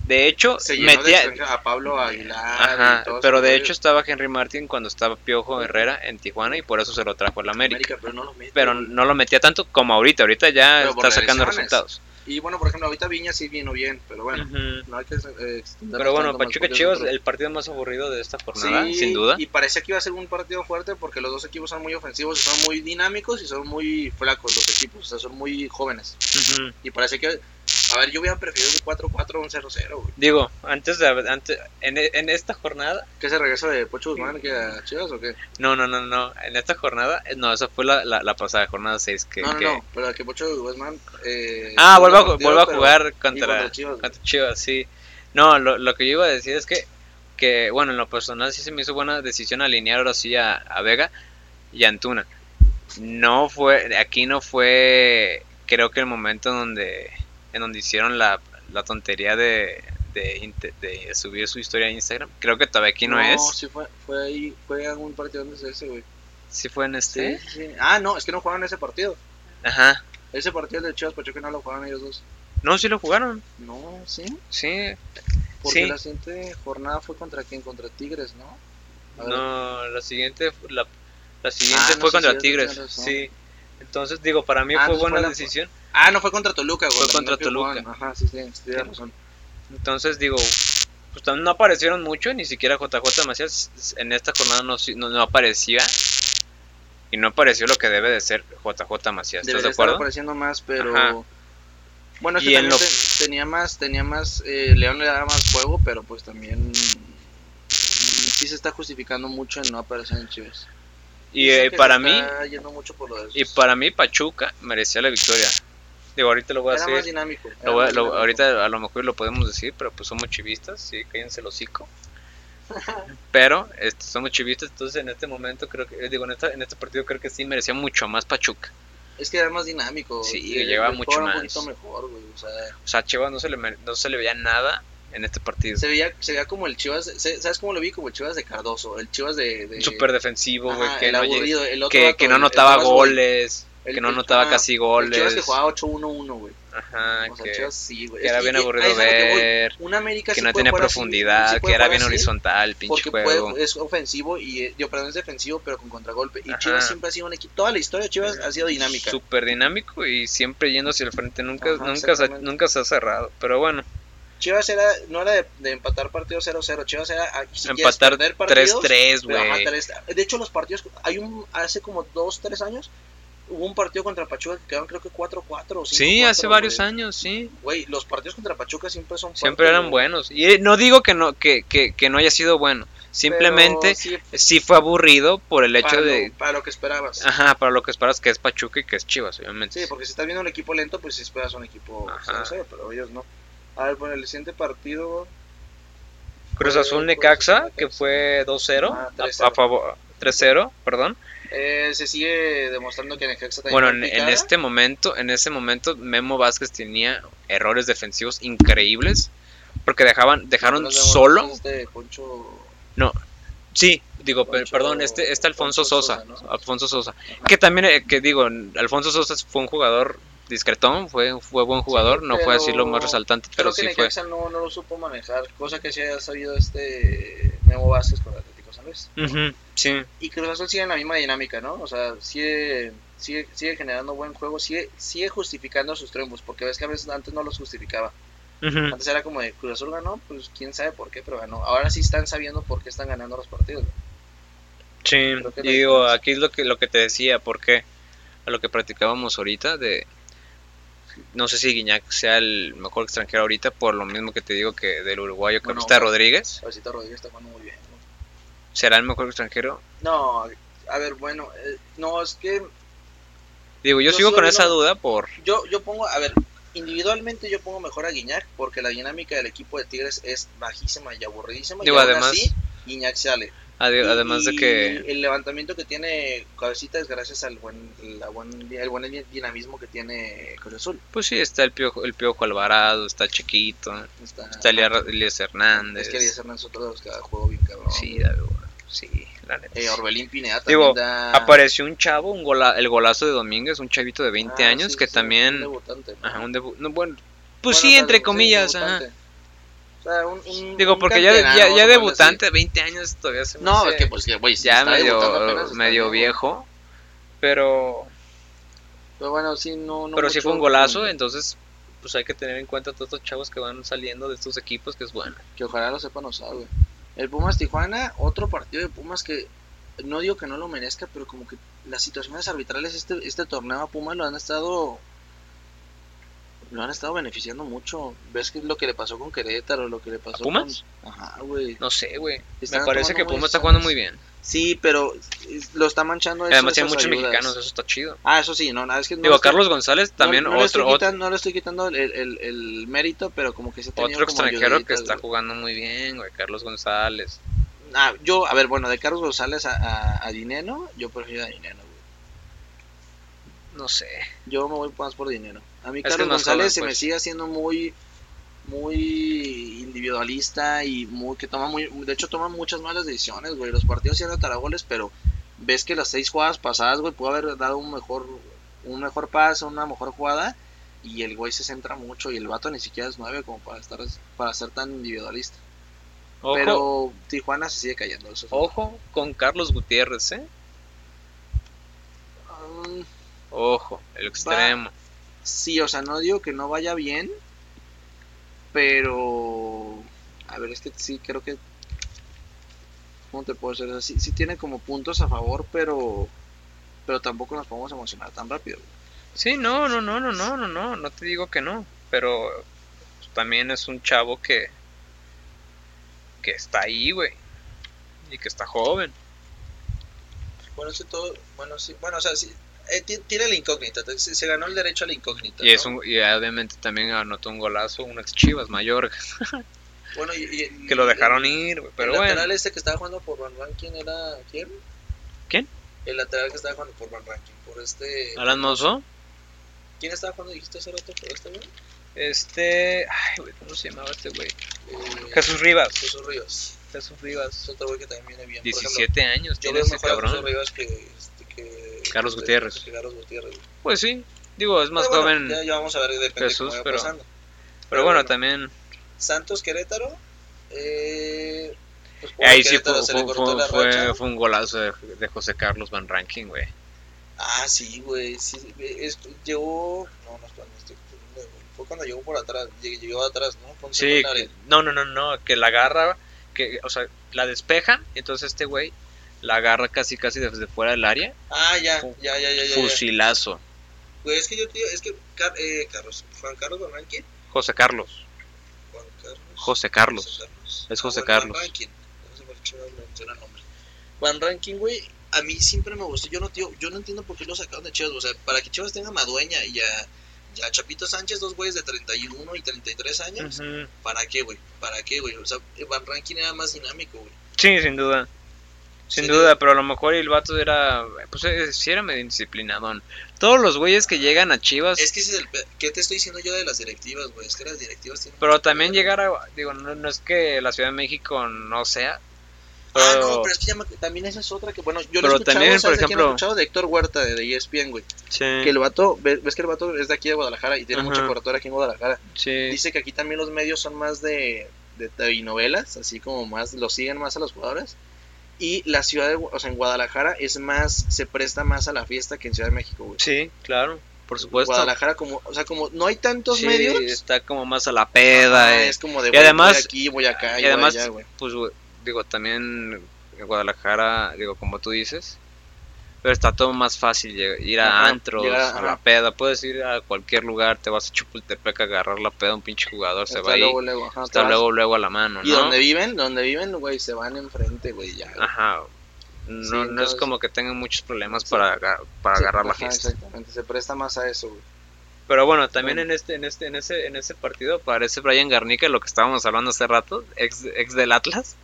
[SPEAKER 1] de hecho
[SPEAKER 2] se llenó de
[SPEAKER 1] metía...
[SPEAKER 2] extranjeros, a Pablo Aguilar.
[SPEAKER 1] Ajá,
[SPEAKER 2] y todos
[SPEAKER 1] pero de
[SPEAKER 2] esos
[SPEAKER 1] hecho estaba Henry Martin cuando estaba Piojo Herrera en Tijuana y por eso se lo trajo a la América.
[SPEAKER 2] América, pero no lo mete,
[SPEAKER 1] Pero
[SPEAKER 2] güey.
[SPEAKER 1] no lo metía tanto como ahorita, ahorita ya
[SPEAKER 2] Pero por
[SPEAKER 1] está sacando
[SPEAKER 2] lesiones.
[SPEAKER 1] resultados.
[SPEAKER 2] Y bueno, por ejemplo, ahorita Viña sí vino bien, pero bueno,
[SPEAKER 1] Ujú.
[SPEAKER 2] no hay que eh, extendernos
[SPEAKER 1] Mm. Pero bueno,
[SPEAKER 2] tanto más
[SPEAKER 1] Pachuca
[SPEAKER 2] porque es
[SPEAKER 1] Chivas,
[SPEAKER 2] otro-
[SPEAKER 1] el partido más aburrido de esta
[SPEAKER 2] Sí,
[SPEAKER 1] jornada, sin duda.
[SPEAKER 2] Y parecía que iba a ser un partido fuerte porque los dos equipos son muy ofensivos, son muy dinámicos y son muy flacos los equipos, o sea, son muy jóvenes.
[SPEAKER 1] Ujú.
[SPEAKER 2] Y parece que, a ver, yo hubiera preferido un 4-4 o un 0-0, güey.
[SPEAKER 1] Digo, antes de antes, en, e- en esta jornada,
[SPEAKER 2] ¿Qué es el regreso de Pocho Guzmán que a Chivas o qué?
[SPEAKER 1] no, no, no, no, en esta jornada, eh, no, esa fue la, la, la pasada jornada 6 que,
[SPEAKER 2] no, no,
[SPEAKER 1] que-
[SPEAKER 2] no, pero que Pocho Guzmán. Eh,
[SPEAKER 1] Ah, vuelve a,
[SPEAKER 2] jugó un
[SPEAKER 1] vuelve a
[SPEAKER 2] partido,
[SPEAKER 1] jugar
[SPEAKER 2] pero- y
[SPEAKER 1] contra,
[SPEAKER 2] Chivas. güey.
[SPEAKER 1] contra Chivas, sí. No, lo, lo que yo iba a decir es que, que, bueno, en lo personal sí se me hizo buena decisión alinear ahora sí a, a Vega y a Antuna. No fue, aquí no fue, creo que el momento en donde, en donde hicieron la, la tontería de, de, inte- de subir su historia a Instagram. Creo que todavía aquí no,
[SPEAKER 2] No,
[SPEAKER 1] es.
[SPEAKER 2] sí fue, fue ahí, fue algún partido antes de ese, güey.
[SPEAKER 1] Sí fue en este.
[SPEAKER 2] Sí, sí. Ah, no, es que no jugaron ese partido.
[SPEAKER 1] Ajá.
[SPEAKER 2] Ese partido de Chivas Pachuca no lo jugaron ellos dos.
[SPEAKER 1] No, sí lo jugaron.
[SPEAKER 2] No, sí.
[SPEAKER 1] Sí.
[SPEAKER 2] Porque
[SPEAKER 1] Sí.
[SPEAKER 2] la siguiente jornada fue contra quién? Contra Tigres, ¿no? A ver.
[SPEAKER 1] No, la siguiente, la, la siguiente
[SPEAKER 2] Ah, no,
[SPEAKER 1] fue
[SPEAKER 2] sí,
[SPEAKER 1] contra
[SPEAKER 2] cierto,
[SPEAKER 1] Tigres.
[SPEAKER 2] tienes razón.
[SPEAKER 1] Sí. Entonces, digo, para mí
[SPEAKER 2] Ah,
[SPEAKER 1] fue
[SPEAKER 2] entonces fue
[SPEAKER 1] buena
[SPEAKER 2] la-
[SPEAKER 1] decisión.
[SPEAKER 2] Ah, no fue contra Toluca, güey.
[SPEAKER 1] Fue
[SPEAKER 2] la
[SPEAKER 1] contra
[SPEAKER 2] que jugaron.
[SPEAKER 1] Toluca.
[SPEAKER 2] Ajá, sí, sí, sí, tienes razón.
[SPEAKER 1] Entonces, digo, pues también no aparecieron mucho, ni siquiera JJ Macías en esta jornada no, si- no, no aparecía. Y no apareció lo que debe de ser JJ Macías, ¿estás
[SPEAKER 2] Debería
[SPEAKER 1] de
[SPEAKER 2] estar
[SPEAKER 1] acuerdo?
[SPEAKER 2] apareciendo más, pero.
[SPEAKER 1] Ajá.
[SPEAKER 2] Bueno, es
[SPEAKER 1] Y
[SPEAKER 2] que
[SPEAKER 1] en
[SPEAKER 2] también
[SPEAKER 1] lo-
[SPEAKER 2] te- tenía más. Tenía más eh, León le daba más juego, pero pues también. mm, Sí se está justificando mucho en no aparecer en Chivas.
[SPEAKER 1] Y
[SPEAKER 2] Dicen
[SPEAKER 1] eh,
[SPEAKER 2] que
[SPEAKER 1] para
[SPEAKER 2] se
[SPEAKER 1] mí,
[SPEAKER 2] Está yendo mucho por lo de
[SPEAKER 1] y
[SPEAKER 2] esos.
[SPEAKER 1] para mí Pachuca merecía la victoria. Digo, ahorita lo voy a
[SPEAKER 2] Era más
[SPEAKER 1] hacer,
[SPEAKER 2] dinámico. era
[SPEAKER 1] lo voy a-
[SPEAKER 2] más
[SPEAKER 1] lo-
[SPEAKER 2] dinámico.
[SPEAKER 1] ahorita a lo mejor lo podemos decir, pero pues somos chivistas, sí, cállense el hocico. Pero este, somos chivistas, entonces en este momento creo que, eh, digo, en, esta- en este partido creo que sí merecía mucho más Pachuca.
[SPEAKER 2] Es que era más dinámico.
[SPEAKER 1] Sí,
[SPEAKER 2] eh,
[SPEAKER 1] llevaba
[SPEAKER 2] jugaba
[SPEAKER 1] mucho
[SPEAKER 2] un
[SPEAKER 1] más.
[SPEAKER 2] poquito mejor, güey. O sea,
[SPEAKER 1] O sea, a Chivas no se le, mere- no se le veía nada en este partido.
[SPEAKER 2] se veía, se veía como el Chivas. se- ¿Sabes cómo lo vi? Como el Chivas de Cardoso. El Chivas de. de
[SPEAKER 1] súper defensivo, güey,
[SPEAKER 2] Ajá,
[SPEAKER 1] que,
[SPEAKER 2] el
[SPEAKER 1] no, lleg-
[SPEAKER 2] aburrido, el otro
[SPEAKER 1] que,
[SPEAKER 2] vato,
[SPEAKER 1] que no
[SPEAKER 2] el- el
[SPEAKER 1] notaba
[SPEAKER 2] Chivas, güey.
[SPEAKER 1] goles,
[SPEAKER 2] El-
[SPEAKER 1] que no
[SPEAKER 2] el-
[SPEAKER 1] notaba
[SPEAKER 2] ajá,
[SPEAKER 1] casi
[SPEAKER 2] El Chivas
[SPEAKER 1] goles.
[SPEAKER 2] que jugaba 8-1-1, güey.
[SPEAKER 1] Ajá,
[SPEAKER 2] O sea,
[SPEAKER 1] que,
[SPEAKER 2] Chivas sí, güey.
[SPEAKER 1] que
[SPEAKER 2] Es
[SPEAKER 1] era
[SPEAKER 2] que-
[SPEAKER 1] bien
[SPEAKER 2] ahí es a
[SPEAKER 1] aburrido
[SPEAKER 2] lo que voy.
[SPEAKER 1] ver,
[SPEAKER 2] Un América
[SPEAKER 1] que
[SPEAKER 2] sí
[SPEAKER 1] no
[SPEAKER 2] puede
[SPEAKER 1] tenía
[SPEAKER 2] jugar así,
[SPEAKER 1] profundidad,
[SPEAKER 2] sí puede
[SPEAKER 1] que era
[SPEAKER 2] jugar
[SPEAKER 1] bien
[SPEAKER 2] así,
[SPEAKER 1] horizontal, pinche
[SPEAKER 2] Porque puede-
[SPEAKER 1] juego.
[SPEAKER 2] es ofensivo y, eh, yo, perdón, es defensivo, pero con contragolpe. Y
[SPEAKER 1] Ajá.
[SPEAKER 2] Chivas siempre ha sido un equipo. Toda la historia de Chivas ha sido dinámica.
[SPEAKER 1] Súper dinámico y siempre yendo hacia el frente, nunca,
[SPEAKER 2] Ajá,
[SPEAKER 1] nunca, se,
[SPEAKER 2] exactamente.
[SPEAKER 1] nunca se ha cerrado. Pero bueno,
[SPEAKER 2] Chivas era, no era de, de empatar partidos 0-0. Chivas era. ah, si quieres
[SPEAKER 1] empatar
[SPEAKER 2] perder partidos,
[SPEAKER 1] 3-3,
[SPEAKER 2] Pero, ajá,
[SPEAKER 1] güey.
[SPEAKER 2] tal vez- De hecho, los partidos, hay un, hace como dos, tres años, hubo un partido contra Pachuca que quedaron creo que 4-4 o 5
[SPEAKER 1] Sí, hace varios años, sí.
[SPEAKER 2] Güey, los partidos contra Pachuca siempre son
[SPEAKER 1] Siempre eran buenos. Y eh, no digo que no, que, que, que no haya sido bueno. Simplemente sí, fue aburrido por el hecho
[SPEAKER 2] para,
[SPEAKER 1] de... Ah.
[SPEAKER 2] lo, para lo que esperabas.
[SPEAKER 1] Ajá, para lo que esperas que es Pachuca y que es Chivas, obviamente.
[SPEAKER 2] Sí, porque si estás viendo un equipo lento, pues si esperas un equipo, o sea,
[SPEAKER 1] Ajá.
[SPEAKER 2] no sé, pero ellos no. A ver, bueno, el siguiente partido
[SPEAKER 1] Cruz
[SPEAKER 2] fue-
[SPEAKER 1] Azul
[SPEAKER 2] fue-
[SPEAKER 1] Necaxa, que fue 2-0,
[SPEAKER 2] Ah,
[SPEAKER 1] a, a
[SPEAKER 2] 3-0.
[SPEAKER 1] favor, 3-0, perdón.
[SPEAKER 2] eh, se sigue demostrando que Necaxa también
[SPEAKER 1] Bueno,
[SPEAKER 2] va
[SPEAKER 1] en, en
[SPEAKER 2] picada.
[SPEAKER 1] este momento, en ese momento Memo Vázquez tenía errores defensivos increíbles porque dejaban dejaron
[SPEAKER 2] Nos vemos
[SPEAKER 1] solo.
[SPEAKER 2] después de Poncho-
[SPEAKER 1] Sí, digo, per-
[SPEAKER 2] Poncho-
[SPEAKER 1] perdón, este este Alfonso
[SPEAKER 2] Poncho
[SPEAKER 1] Sosa,
[SPEAKER 2] Sosa,
[SPEAKER 1] Alfonso Sosa,
[SPEAKER 2] Ajá.
[SPEAKER 1] que también eh, que digo, Alfonso Sosa fue un jugador discretón, fue fue buen jugador, no fue así lo más
[SPEAKER 2] pero
[SPEAKER 1] resaltante,
[SPEAKER 2] Creo
[SPEAKER 1] pero
[SPEAKER 2] que
[SPEAKER 1] sí fue.
[SPEAKER 2] Necaxa no, no lo supo manejar, cosa que sí ha sabido este Memo Vázquez con Atlético San Luis.
[SPEAKER 1] Ujú, sí,
[SPEAKER 2] Y Cruz Azul sigue en la misma dinámica, ¿no? O sea, sigue, sigue, sigue generando buen juego, sigue, sigue justificando sus triunfos, porque ves que a veces antes no los justificaba.
[SPEAKER 1] ujú.
[SPEAKER 2] Antes era como de Cruz Azul ganó, pues quién sabe por qué, pero ganó. Ahora sí están sabiendo por qué están ganando los partidos. ¿no?
[SPEAKER 1] Sí,
[SPEAKER 2] Creo que
[SPEAKER 1] y
[SPEAKER 2] no hay
[SPEAKER 1] digo,
[SPEAKER 2] más.
[SPEAKER 1] aquí es lo que, lo que te decía, porque a lo que practicábamos ahorita de... No sé si Guiñac sea el mejor extranjero ahorita, por lo mismo que te digo que del uruguayo
[SPEAKER 2] Bueno,
[SPEAKER 1] Capista
[SPEAKER 2] bueno.
[SPEAKER 1] Rodríguez.
[SPEAKER 2] Alvarito Rodríguez está jugando muy bien. ¿no?
[SPEAKER 1] ¿Será el mejor extranjero?
[SPEAKER 2] No, a ver, bueno, eh, no, es que
[SPEAKER 1] Digo, yo
[SPEAKER 2] Yo
[SPEAKER 1] sigo
[SPEAKER 2] sigo
[SPEAKER 1] con esa
[SPEAKER 2] viendo-
[SPEAKER 1] duda por...
[SPEAKER 2] yo, yo pongo, a ver, individualmente yo pongo mejor a Guiñac, porque la dinámica del equipo de Tigres es bajísima y aburridísima.
[SPEAKER 1] Digo,
[SPEAKER 2] y aún
[SPEAKER 1] además-
[SPEAKER 2] así, Guiñac sale.
[SPEAKER 1] ade-
[SPEAKER 2] Y-
[SPEAKER 1] Además de que...
[SPEAKER 2] El levantamiento que tiene Cabecita es gracias al buen, la buen- el buen dinamismo que tiene Cruz Azul.
[SPEAKER 1] Pues sí, está el Piojo, el Piojo Alvarado, está Chiquito,
[SPEAKER 2] Está,
[SPEAKER 1] está Elías Elías Hernández.
[SPEAKER 2] Es que Elías Hernández es otro de los que juego bien cabrón.
[SPEAKER 1] Sí, David, Guardia, sí, la neta.
[SPEAKER 2] Eh,
[SPEAKER 1] sí.
[SPEAKER 2] Orbelín Pineda también
[SPEAKER 1] Digo,
[SPEAKER 2] da...
[SPEAKER 1] Apareció un chavo, un gola- el golazo de Domínguez, un chavito de 20
[SPEAKER 2] Ah,
[SPEAKER 1] años
[SPEAKER 2] sí,
[SPEAKER 1] que
[SPEAKER 2] sí, un
[SPEAKER 1] también...
[SPEAKER 2] debutante, ¿no?
[SPEAKER 1] Ajá, un debu- no, bueno, pues
[SPEAKER 2] Bueno,
[SPEAKER 1] sí,
[SPEAKER 2] tal-
[SPEAKER 1] entre comillas. ajá.
[SPEAKER 2] debutante. O sea, un- un-
[SPEAKER 1] Digo,
[SPEAKER 2] un
[SPEAKER 1] porque ya, de- ya,
[SPEAKER 2] canterano,
[SPEAKER 1] ya
[SPEAKER 2] vamos a ponerle así.
[SPEAKER 1] debutante, 20 años todavía se me
[SPEAKER 2] No,
[SPEAKER 1] hace
[SPEAKER 2] es que pues que, güey, si
[SPEAKER 1] ya
[SPEAKER 2] está debutando apenas,
[SPEAKER 1] medio,
[SPEAKER 2] está
[SPEAKER 1] medio viejo. Pero,
[SPEAKER 2] Pero bueno, sí, no, no
[SPEAKER 1] pero sí
[SPEAKER 2] mucho
[SPEAKER 1] fue un golazo, eh.
[SPEAKER 2] que-
[SPEAKER 1] entonces pues hay que tener en cuenta a todos estos chavos que van saliendo de estos equipos, que es bueno.
[SPEAKER 2] Que ojalá lo sepan usar, güey. El Pumas Tijuana, otro partido de Pumas que no digo que no lo merezca, pero como que las situaciones arbitrales este este torneo a Pumas lo han estado lo han estado beneficiando mucho. ¿Ves que es lo que le pasó con Querétaro, lo que le pasó
[SPEAKER 1] Pumas?
[SPEAKER 2] con- Ajá, güey.
[SPEAKER 1] No sé, güey. Me
[SPEAKER 2] Están
[SPEAKER 1] parece
[SPEAKER 2] tomando
[SPEAKER 1] que
[SPEAKER 2] muy
[SPEAKER 1] Puma está jugando
[SPEAKER 2] decisiones.
[SPEAKER 1] muy bien.
[SPEAKER 2] Sí, pero es- lo está manchando eso,
[SPEAKER 1] Además tiene
[SPEAKER 2] esas
[SPEAKER 1] muchos
[SPEAKER 2] ayudas.
[SPEAKER 1] mexicanos, eso está chido.
[SPEAKER 2] Ah, eso sí, no, nada, es que no
[SPEAKER 1] Digo,
[SPEAKER 2] lo estoy-
[SPEAKER 1] Carlos González también
[SPEAKER 2] no, no le estoy
[SPEAKER 1] otro, otro,
[SPEAKER 2] quitando, no le estoy quitando el, el- el mérito, pero como que se ha tenido
[SPEAKER 1] otro
[SPEAKER 2] como
[SPEAKER 1] extranjero que
[SPEAKER 2] ayuditas,
[SPEAKER 1] está
[SPEAKER 2] güey.
[SPEAKER 1] jugando muy bien, güey. Carlos González.
[SPEAKER 2] Ah, yo, a ver, bueno, de Carlos González a, a, a Dineno, yo prefiero a Dineno, güey.
[SPEAKER 1] No sé.
[SPEAKER 2] Yo me voy más por Dineno. A mí
[SPEAKER 1] Es que
[SPEAKER 2] Carlos
[SPEAKER 1] es más
[SPEAKER 2] González
[SPEAKER 1] joven,
[SPEAKER 2] se me
[SPEAKER 1] pues.
[SPEAKER 2] sigue haciendo muy muy individualista y muy que toma muy de hecho toma muchas malas decisiones, güey. Los partidos sí han anotado goles, pero ves que las seis jugadas pasadas, güey, pudo haber dado un mejor un mejor pase, una mejor jugada y el güey se centra mucho y el vato ni siquiera es nueve como para estar para ser tan individualista.
[SPEAKER 1] Ojo,
[SPEAKER 2] Pero Tijuana se sigue cayendo eso. es lo-
[SPEAKER 1] ojo con Carlos Gutiérrez, ¿eh?
[SPEAKER 2] Mm,
[SPEAKER 1] Ojo, el extremo.
[SPEAKER 2] Sí, o sea, no digo que no vaya bien, pero... A ver, es que sí, creo que... ¿Cómo te puedo decir? O sea, sí, sí tiene como puntos a favor, pero... Pero tampoco nos podemos emocionar tan rápido.
[SPEAKER 1] Sí, no, no, no, no, no, no, no, no te digo que no, pero pues, también es un chavo que que está ahí, güey, y que está joven.
[SPEAKER 2] Bueno, sí, todo... Bueno, sí, bueno, o sea, sí... eh, tiene la incógnita, se, ganó el derecho a la incógnita.
[SPEAKER 1] Y es un y obviamente también anotó un golazo un ex Chivas mayor
[SPEAKER 2] Bueno,
[SPEAKER 1] que lo dejaron ir, güey, pero
[SPEAKER 2] el
[SPEAKER 1] bueno.
[SPEAKER 2] lateral este que estaba jugando por Van Rankin ¿quién era? ¿Quién?
[SPEAKER 1] ¿Quién? Ah.
[SPEAKER 2] El lateral que estaba jugando por Van Rankin, por este...
[SPEAKER 1] Alan Mozo,
[SPEAKER 2] ¿Quién estaba jugando, dijiste, hace rato por este güey?
[SPEAKER 1] este, ay, güey, ¿cómo se llamaba este güey?
[SPEAKER 2] Eh,
[SPEAKER 1] Jesús Rivas.
[SPEAKER 2] Jesús Ríos.
[SPEAKER 1] Jesús
[SPEAKER 2] Es
[SPEAKER 1] Rivas,
[SPEAKER 2] otro güey que también viene bien. Por ejemplo,
[SPEAKER 1] 17 años
[SPEAKER 2] yo
[SPEAKER 1] tiene
[SPEAKER 2] veo
[SPEAKER 1] ese
[SPEAKER 2] mejor a Jesús
[SPEAKER 1] cabrón.
[SPEAKER 2] Rivas que, este, que-
[SPEAKER 1] Carlos
[SPEAKER 2] que-
[SPEAKER 1] Gutiérrez.
[SPEAKER 2] que Carlos Gutiérrez.
[SPEAKER 1] Pues sí, digo, es más
[SPEAKER 2] Pero bueno,
[SPEAKER 1] joven,
[SPEAKER 2] Ya, ya vamos a ver, depende
[SPEAKER 1] Jesús,
[SPEAKER 2] cómo vaya
[SPEAKER 1] pero-
[SPEAKER 2] pasando.
[SPEAKER 1] pero
[SPEAKER 2] pero
[SPEAKER 1] bueno,
[SPEAKER 2] bueno.
[SPEAKER 1] también
[SPEAKER 2] Santos Querétaro. Eh, pues, pobre
[SPEAKER 1] Ahí sí
[SPEAKER 2] Querétaro,
[SPEAKER 1] fue,
[SPEAKER 2] se le
[SPEAKER 1] fue-
[SPEAKER 2] cortó la
[SPEAKER 1] fue-
[SPEAKER 2] racha.
[SPEAKER 1] fue un golazo de, de José Carlos Van Ranking, güey.
[SPEAKER 2] Ah, sí, güey. Sí, es- llegó. No, no, espera, me estoy confundiendo, güey. Fue cuando llegó por atrás. Llegó, llegó atrás, ¿no? Fue un
[SPEAKER 1] Sí,
[SPEAKER 2] segundo área.
[SPEAKER 1] que- no, no, no, no, que la agarra, que, o sea, la despeja, entonces este güey La agarra casi casi desde fuera del área.
[SPEAKER 2] Ah, ya,
[SPEAKER 1] Fu-
[SPEAKER 2] ya, ya, ya. ya, ya.
[SPEAKER 1] Fusilazo.
[SPEAKER 2] Güey, es que yo, tío, es que Car- eh, Carlos, Juan Carlos Barragán, ¿quién?
[SPEAKER 1] José Carlos.
[SPEAKER 2] Juan Carlos.
[SPEAKER 1] José Carlos.
[SPEAKER 2] Carlos.
[SPEAKER 1] Es José
[SPEAKER 2] bueno,
[SPEAKER 1] Carlos.
[SPEAKER 2] Van Rankin. No sé por qué chingados me menciona el nombre. Van Rankin, güey, a mí siempre me gustó. Yo no, tío, yo no entiendo por qué lo sacaron de Chivas. O sea, para que Chivas tenga a Madueña y a, y a Chapito Sánchez, dos güeyes de 31 y 33 años.
[SPEAKER 1] Ujú.
[SPEAKER 2] ¿Para qué, güey? ¿Para qué, güey? O sea, Van Rankin era más dinámico, güey.
[SPEAKER 1] Sí, sin duda. Sin
[SPEAKER 2] Sí.
[SPEAKER 1] duda, pero a lo mejor el vato era. Pues eh, sí era medio indisciplinadón. Todos los güeyes que llegan a Chivas.
[SPEAKER 2] Es que ese es el. pe- ¿Qué te estoy diciendo yo de las directivas, güey? Es que las directivas tienen.
[SPEAKER 1] Pero también llegar a. Digo, no, no es que la Ciudad de México no sea. Pero,
[SPEAKER 2] Ah, no, pero es que ya me- también esa es otra que, bueno, yo lo
[SPEAKER 1] Pero
[SPEAKER 2] he escuchado,
[SPEAKER 1] también,
[SPEAKER 2] ¿sabes
[SPEAKER 1] por
[SPEAKER 2] de quién lo he
[SPEAKER 1] ejemplo-
[SPEAKER 2] escuchado de Héctor Huerta, de, E de ESPN, güey.
[SPEAKER 1] sí,
[SPEAKER 2] Que el vato, ve- ves que el vato es de aquí de Guadalajara y tiene
[SPEAKER 1] Ajá.
[SPEAKER 2] mucha cobertura aquí en Guadalajara.
[SPEAKER 1] sí.
[SPEAKER 2] Dice que aquí también los medios son más de, de telenovelas, así como más, lo siguen más a los jugadores. Y la ciudad, de, Gu- o sea, en Guadalajara es más, se presta más a la fiesta que en Ciudad de México, güey.
[SPEAKER 1] Sí, claro, por supuesto.
[SPEAKER 2] pues, Guadalajara como, o sea, como no hay tantos
[SPEAKER 1] Sí,
[SPEAKER 2] medios,
[SPEAKER 1] está como más a la peda.
[SPEAKER 2] ajá,
[SPEAKER 1] eh.
[SPEAKER 2] es como
[SPEAKER 1] y
[SPEAKER 2] de, güey, voy
[SPEAKER 1] además-
[SPEAKER 2] aquí, voy acá,
[SPEAKER 1] y
[SPEAKER 2] y voy
[SPEAKER 1] además-
[SPEAKER 2] allá, güey.
[SPEAKER 1] Pues güey, digo, también Guadalajara, digo, como tú dices. Pero está todo más fácil lleg- ir a
[SPEAKER 2] Ajá,
[SPEAKER 1] antros,
[SPEAKER 2] llegar a-
[SPEAKER 1] a la
[SPEAKER 2] ajá.
[SPEAKER 1] peda. Puedes ir a cualquier lugar, te vas a Chapultepec a agarrar la peda, un pinche jugador se
[SPEAKER 2] Está
[SPEAKER 1] va ahí.
[SPEAKER 2] luego, luego, ajá, te
[SPEAKER 1] está
[SPEAKER 2] vas.
[SPEAKER 1] luego, luego a la mano,
[SPEAKER 2] Y
[SPEAKER 1] ¿no? Ah,
[SPEAKER 2] donde viven, donde viven, güey, se van enfrente, güey, ya. güey.
[SPEAKER 1] Ajá. No,
[SPEAKER 2] Sí,
[SPEAKER 1] no es
[SPEAKER 2] entonces-
[SPEAKER 1] como que tengan muchos problemas
[SPEAKER 2] Sí.
[SPEAKER 1] para, agar- para
[SPEAKER 2] Sí,
[SPEAKER 1] agarrar la
[SPEAKER 2] ajá,
[SPEAKER 1] fiesta.
[SPEAKER 2] Exactamente, se presta más a eso, güey.
[SPEAKER 1] Pero bueno, también
[SPEAKER 2] Bueno.
[SPEAKER 1] en este, en este, en ese, en ese partido aparece Brian Garnica, lo que estábamos hablando hace rato, ex, ex del Atlas,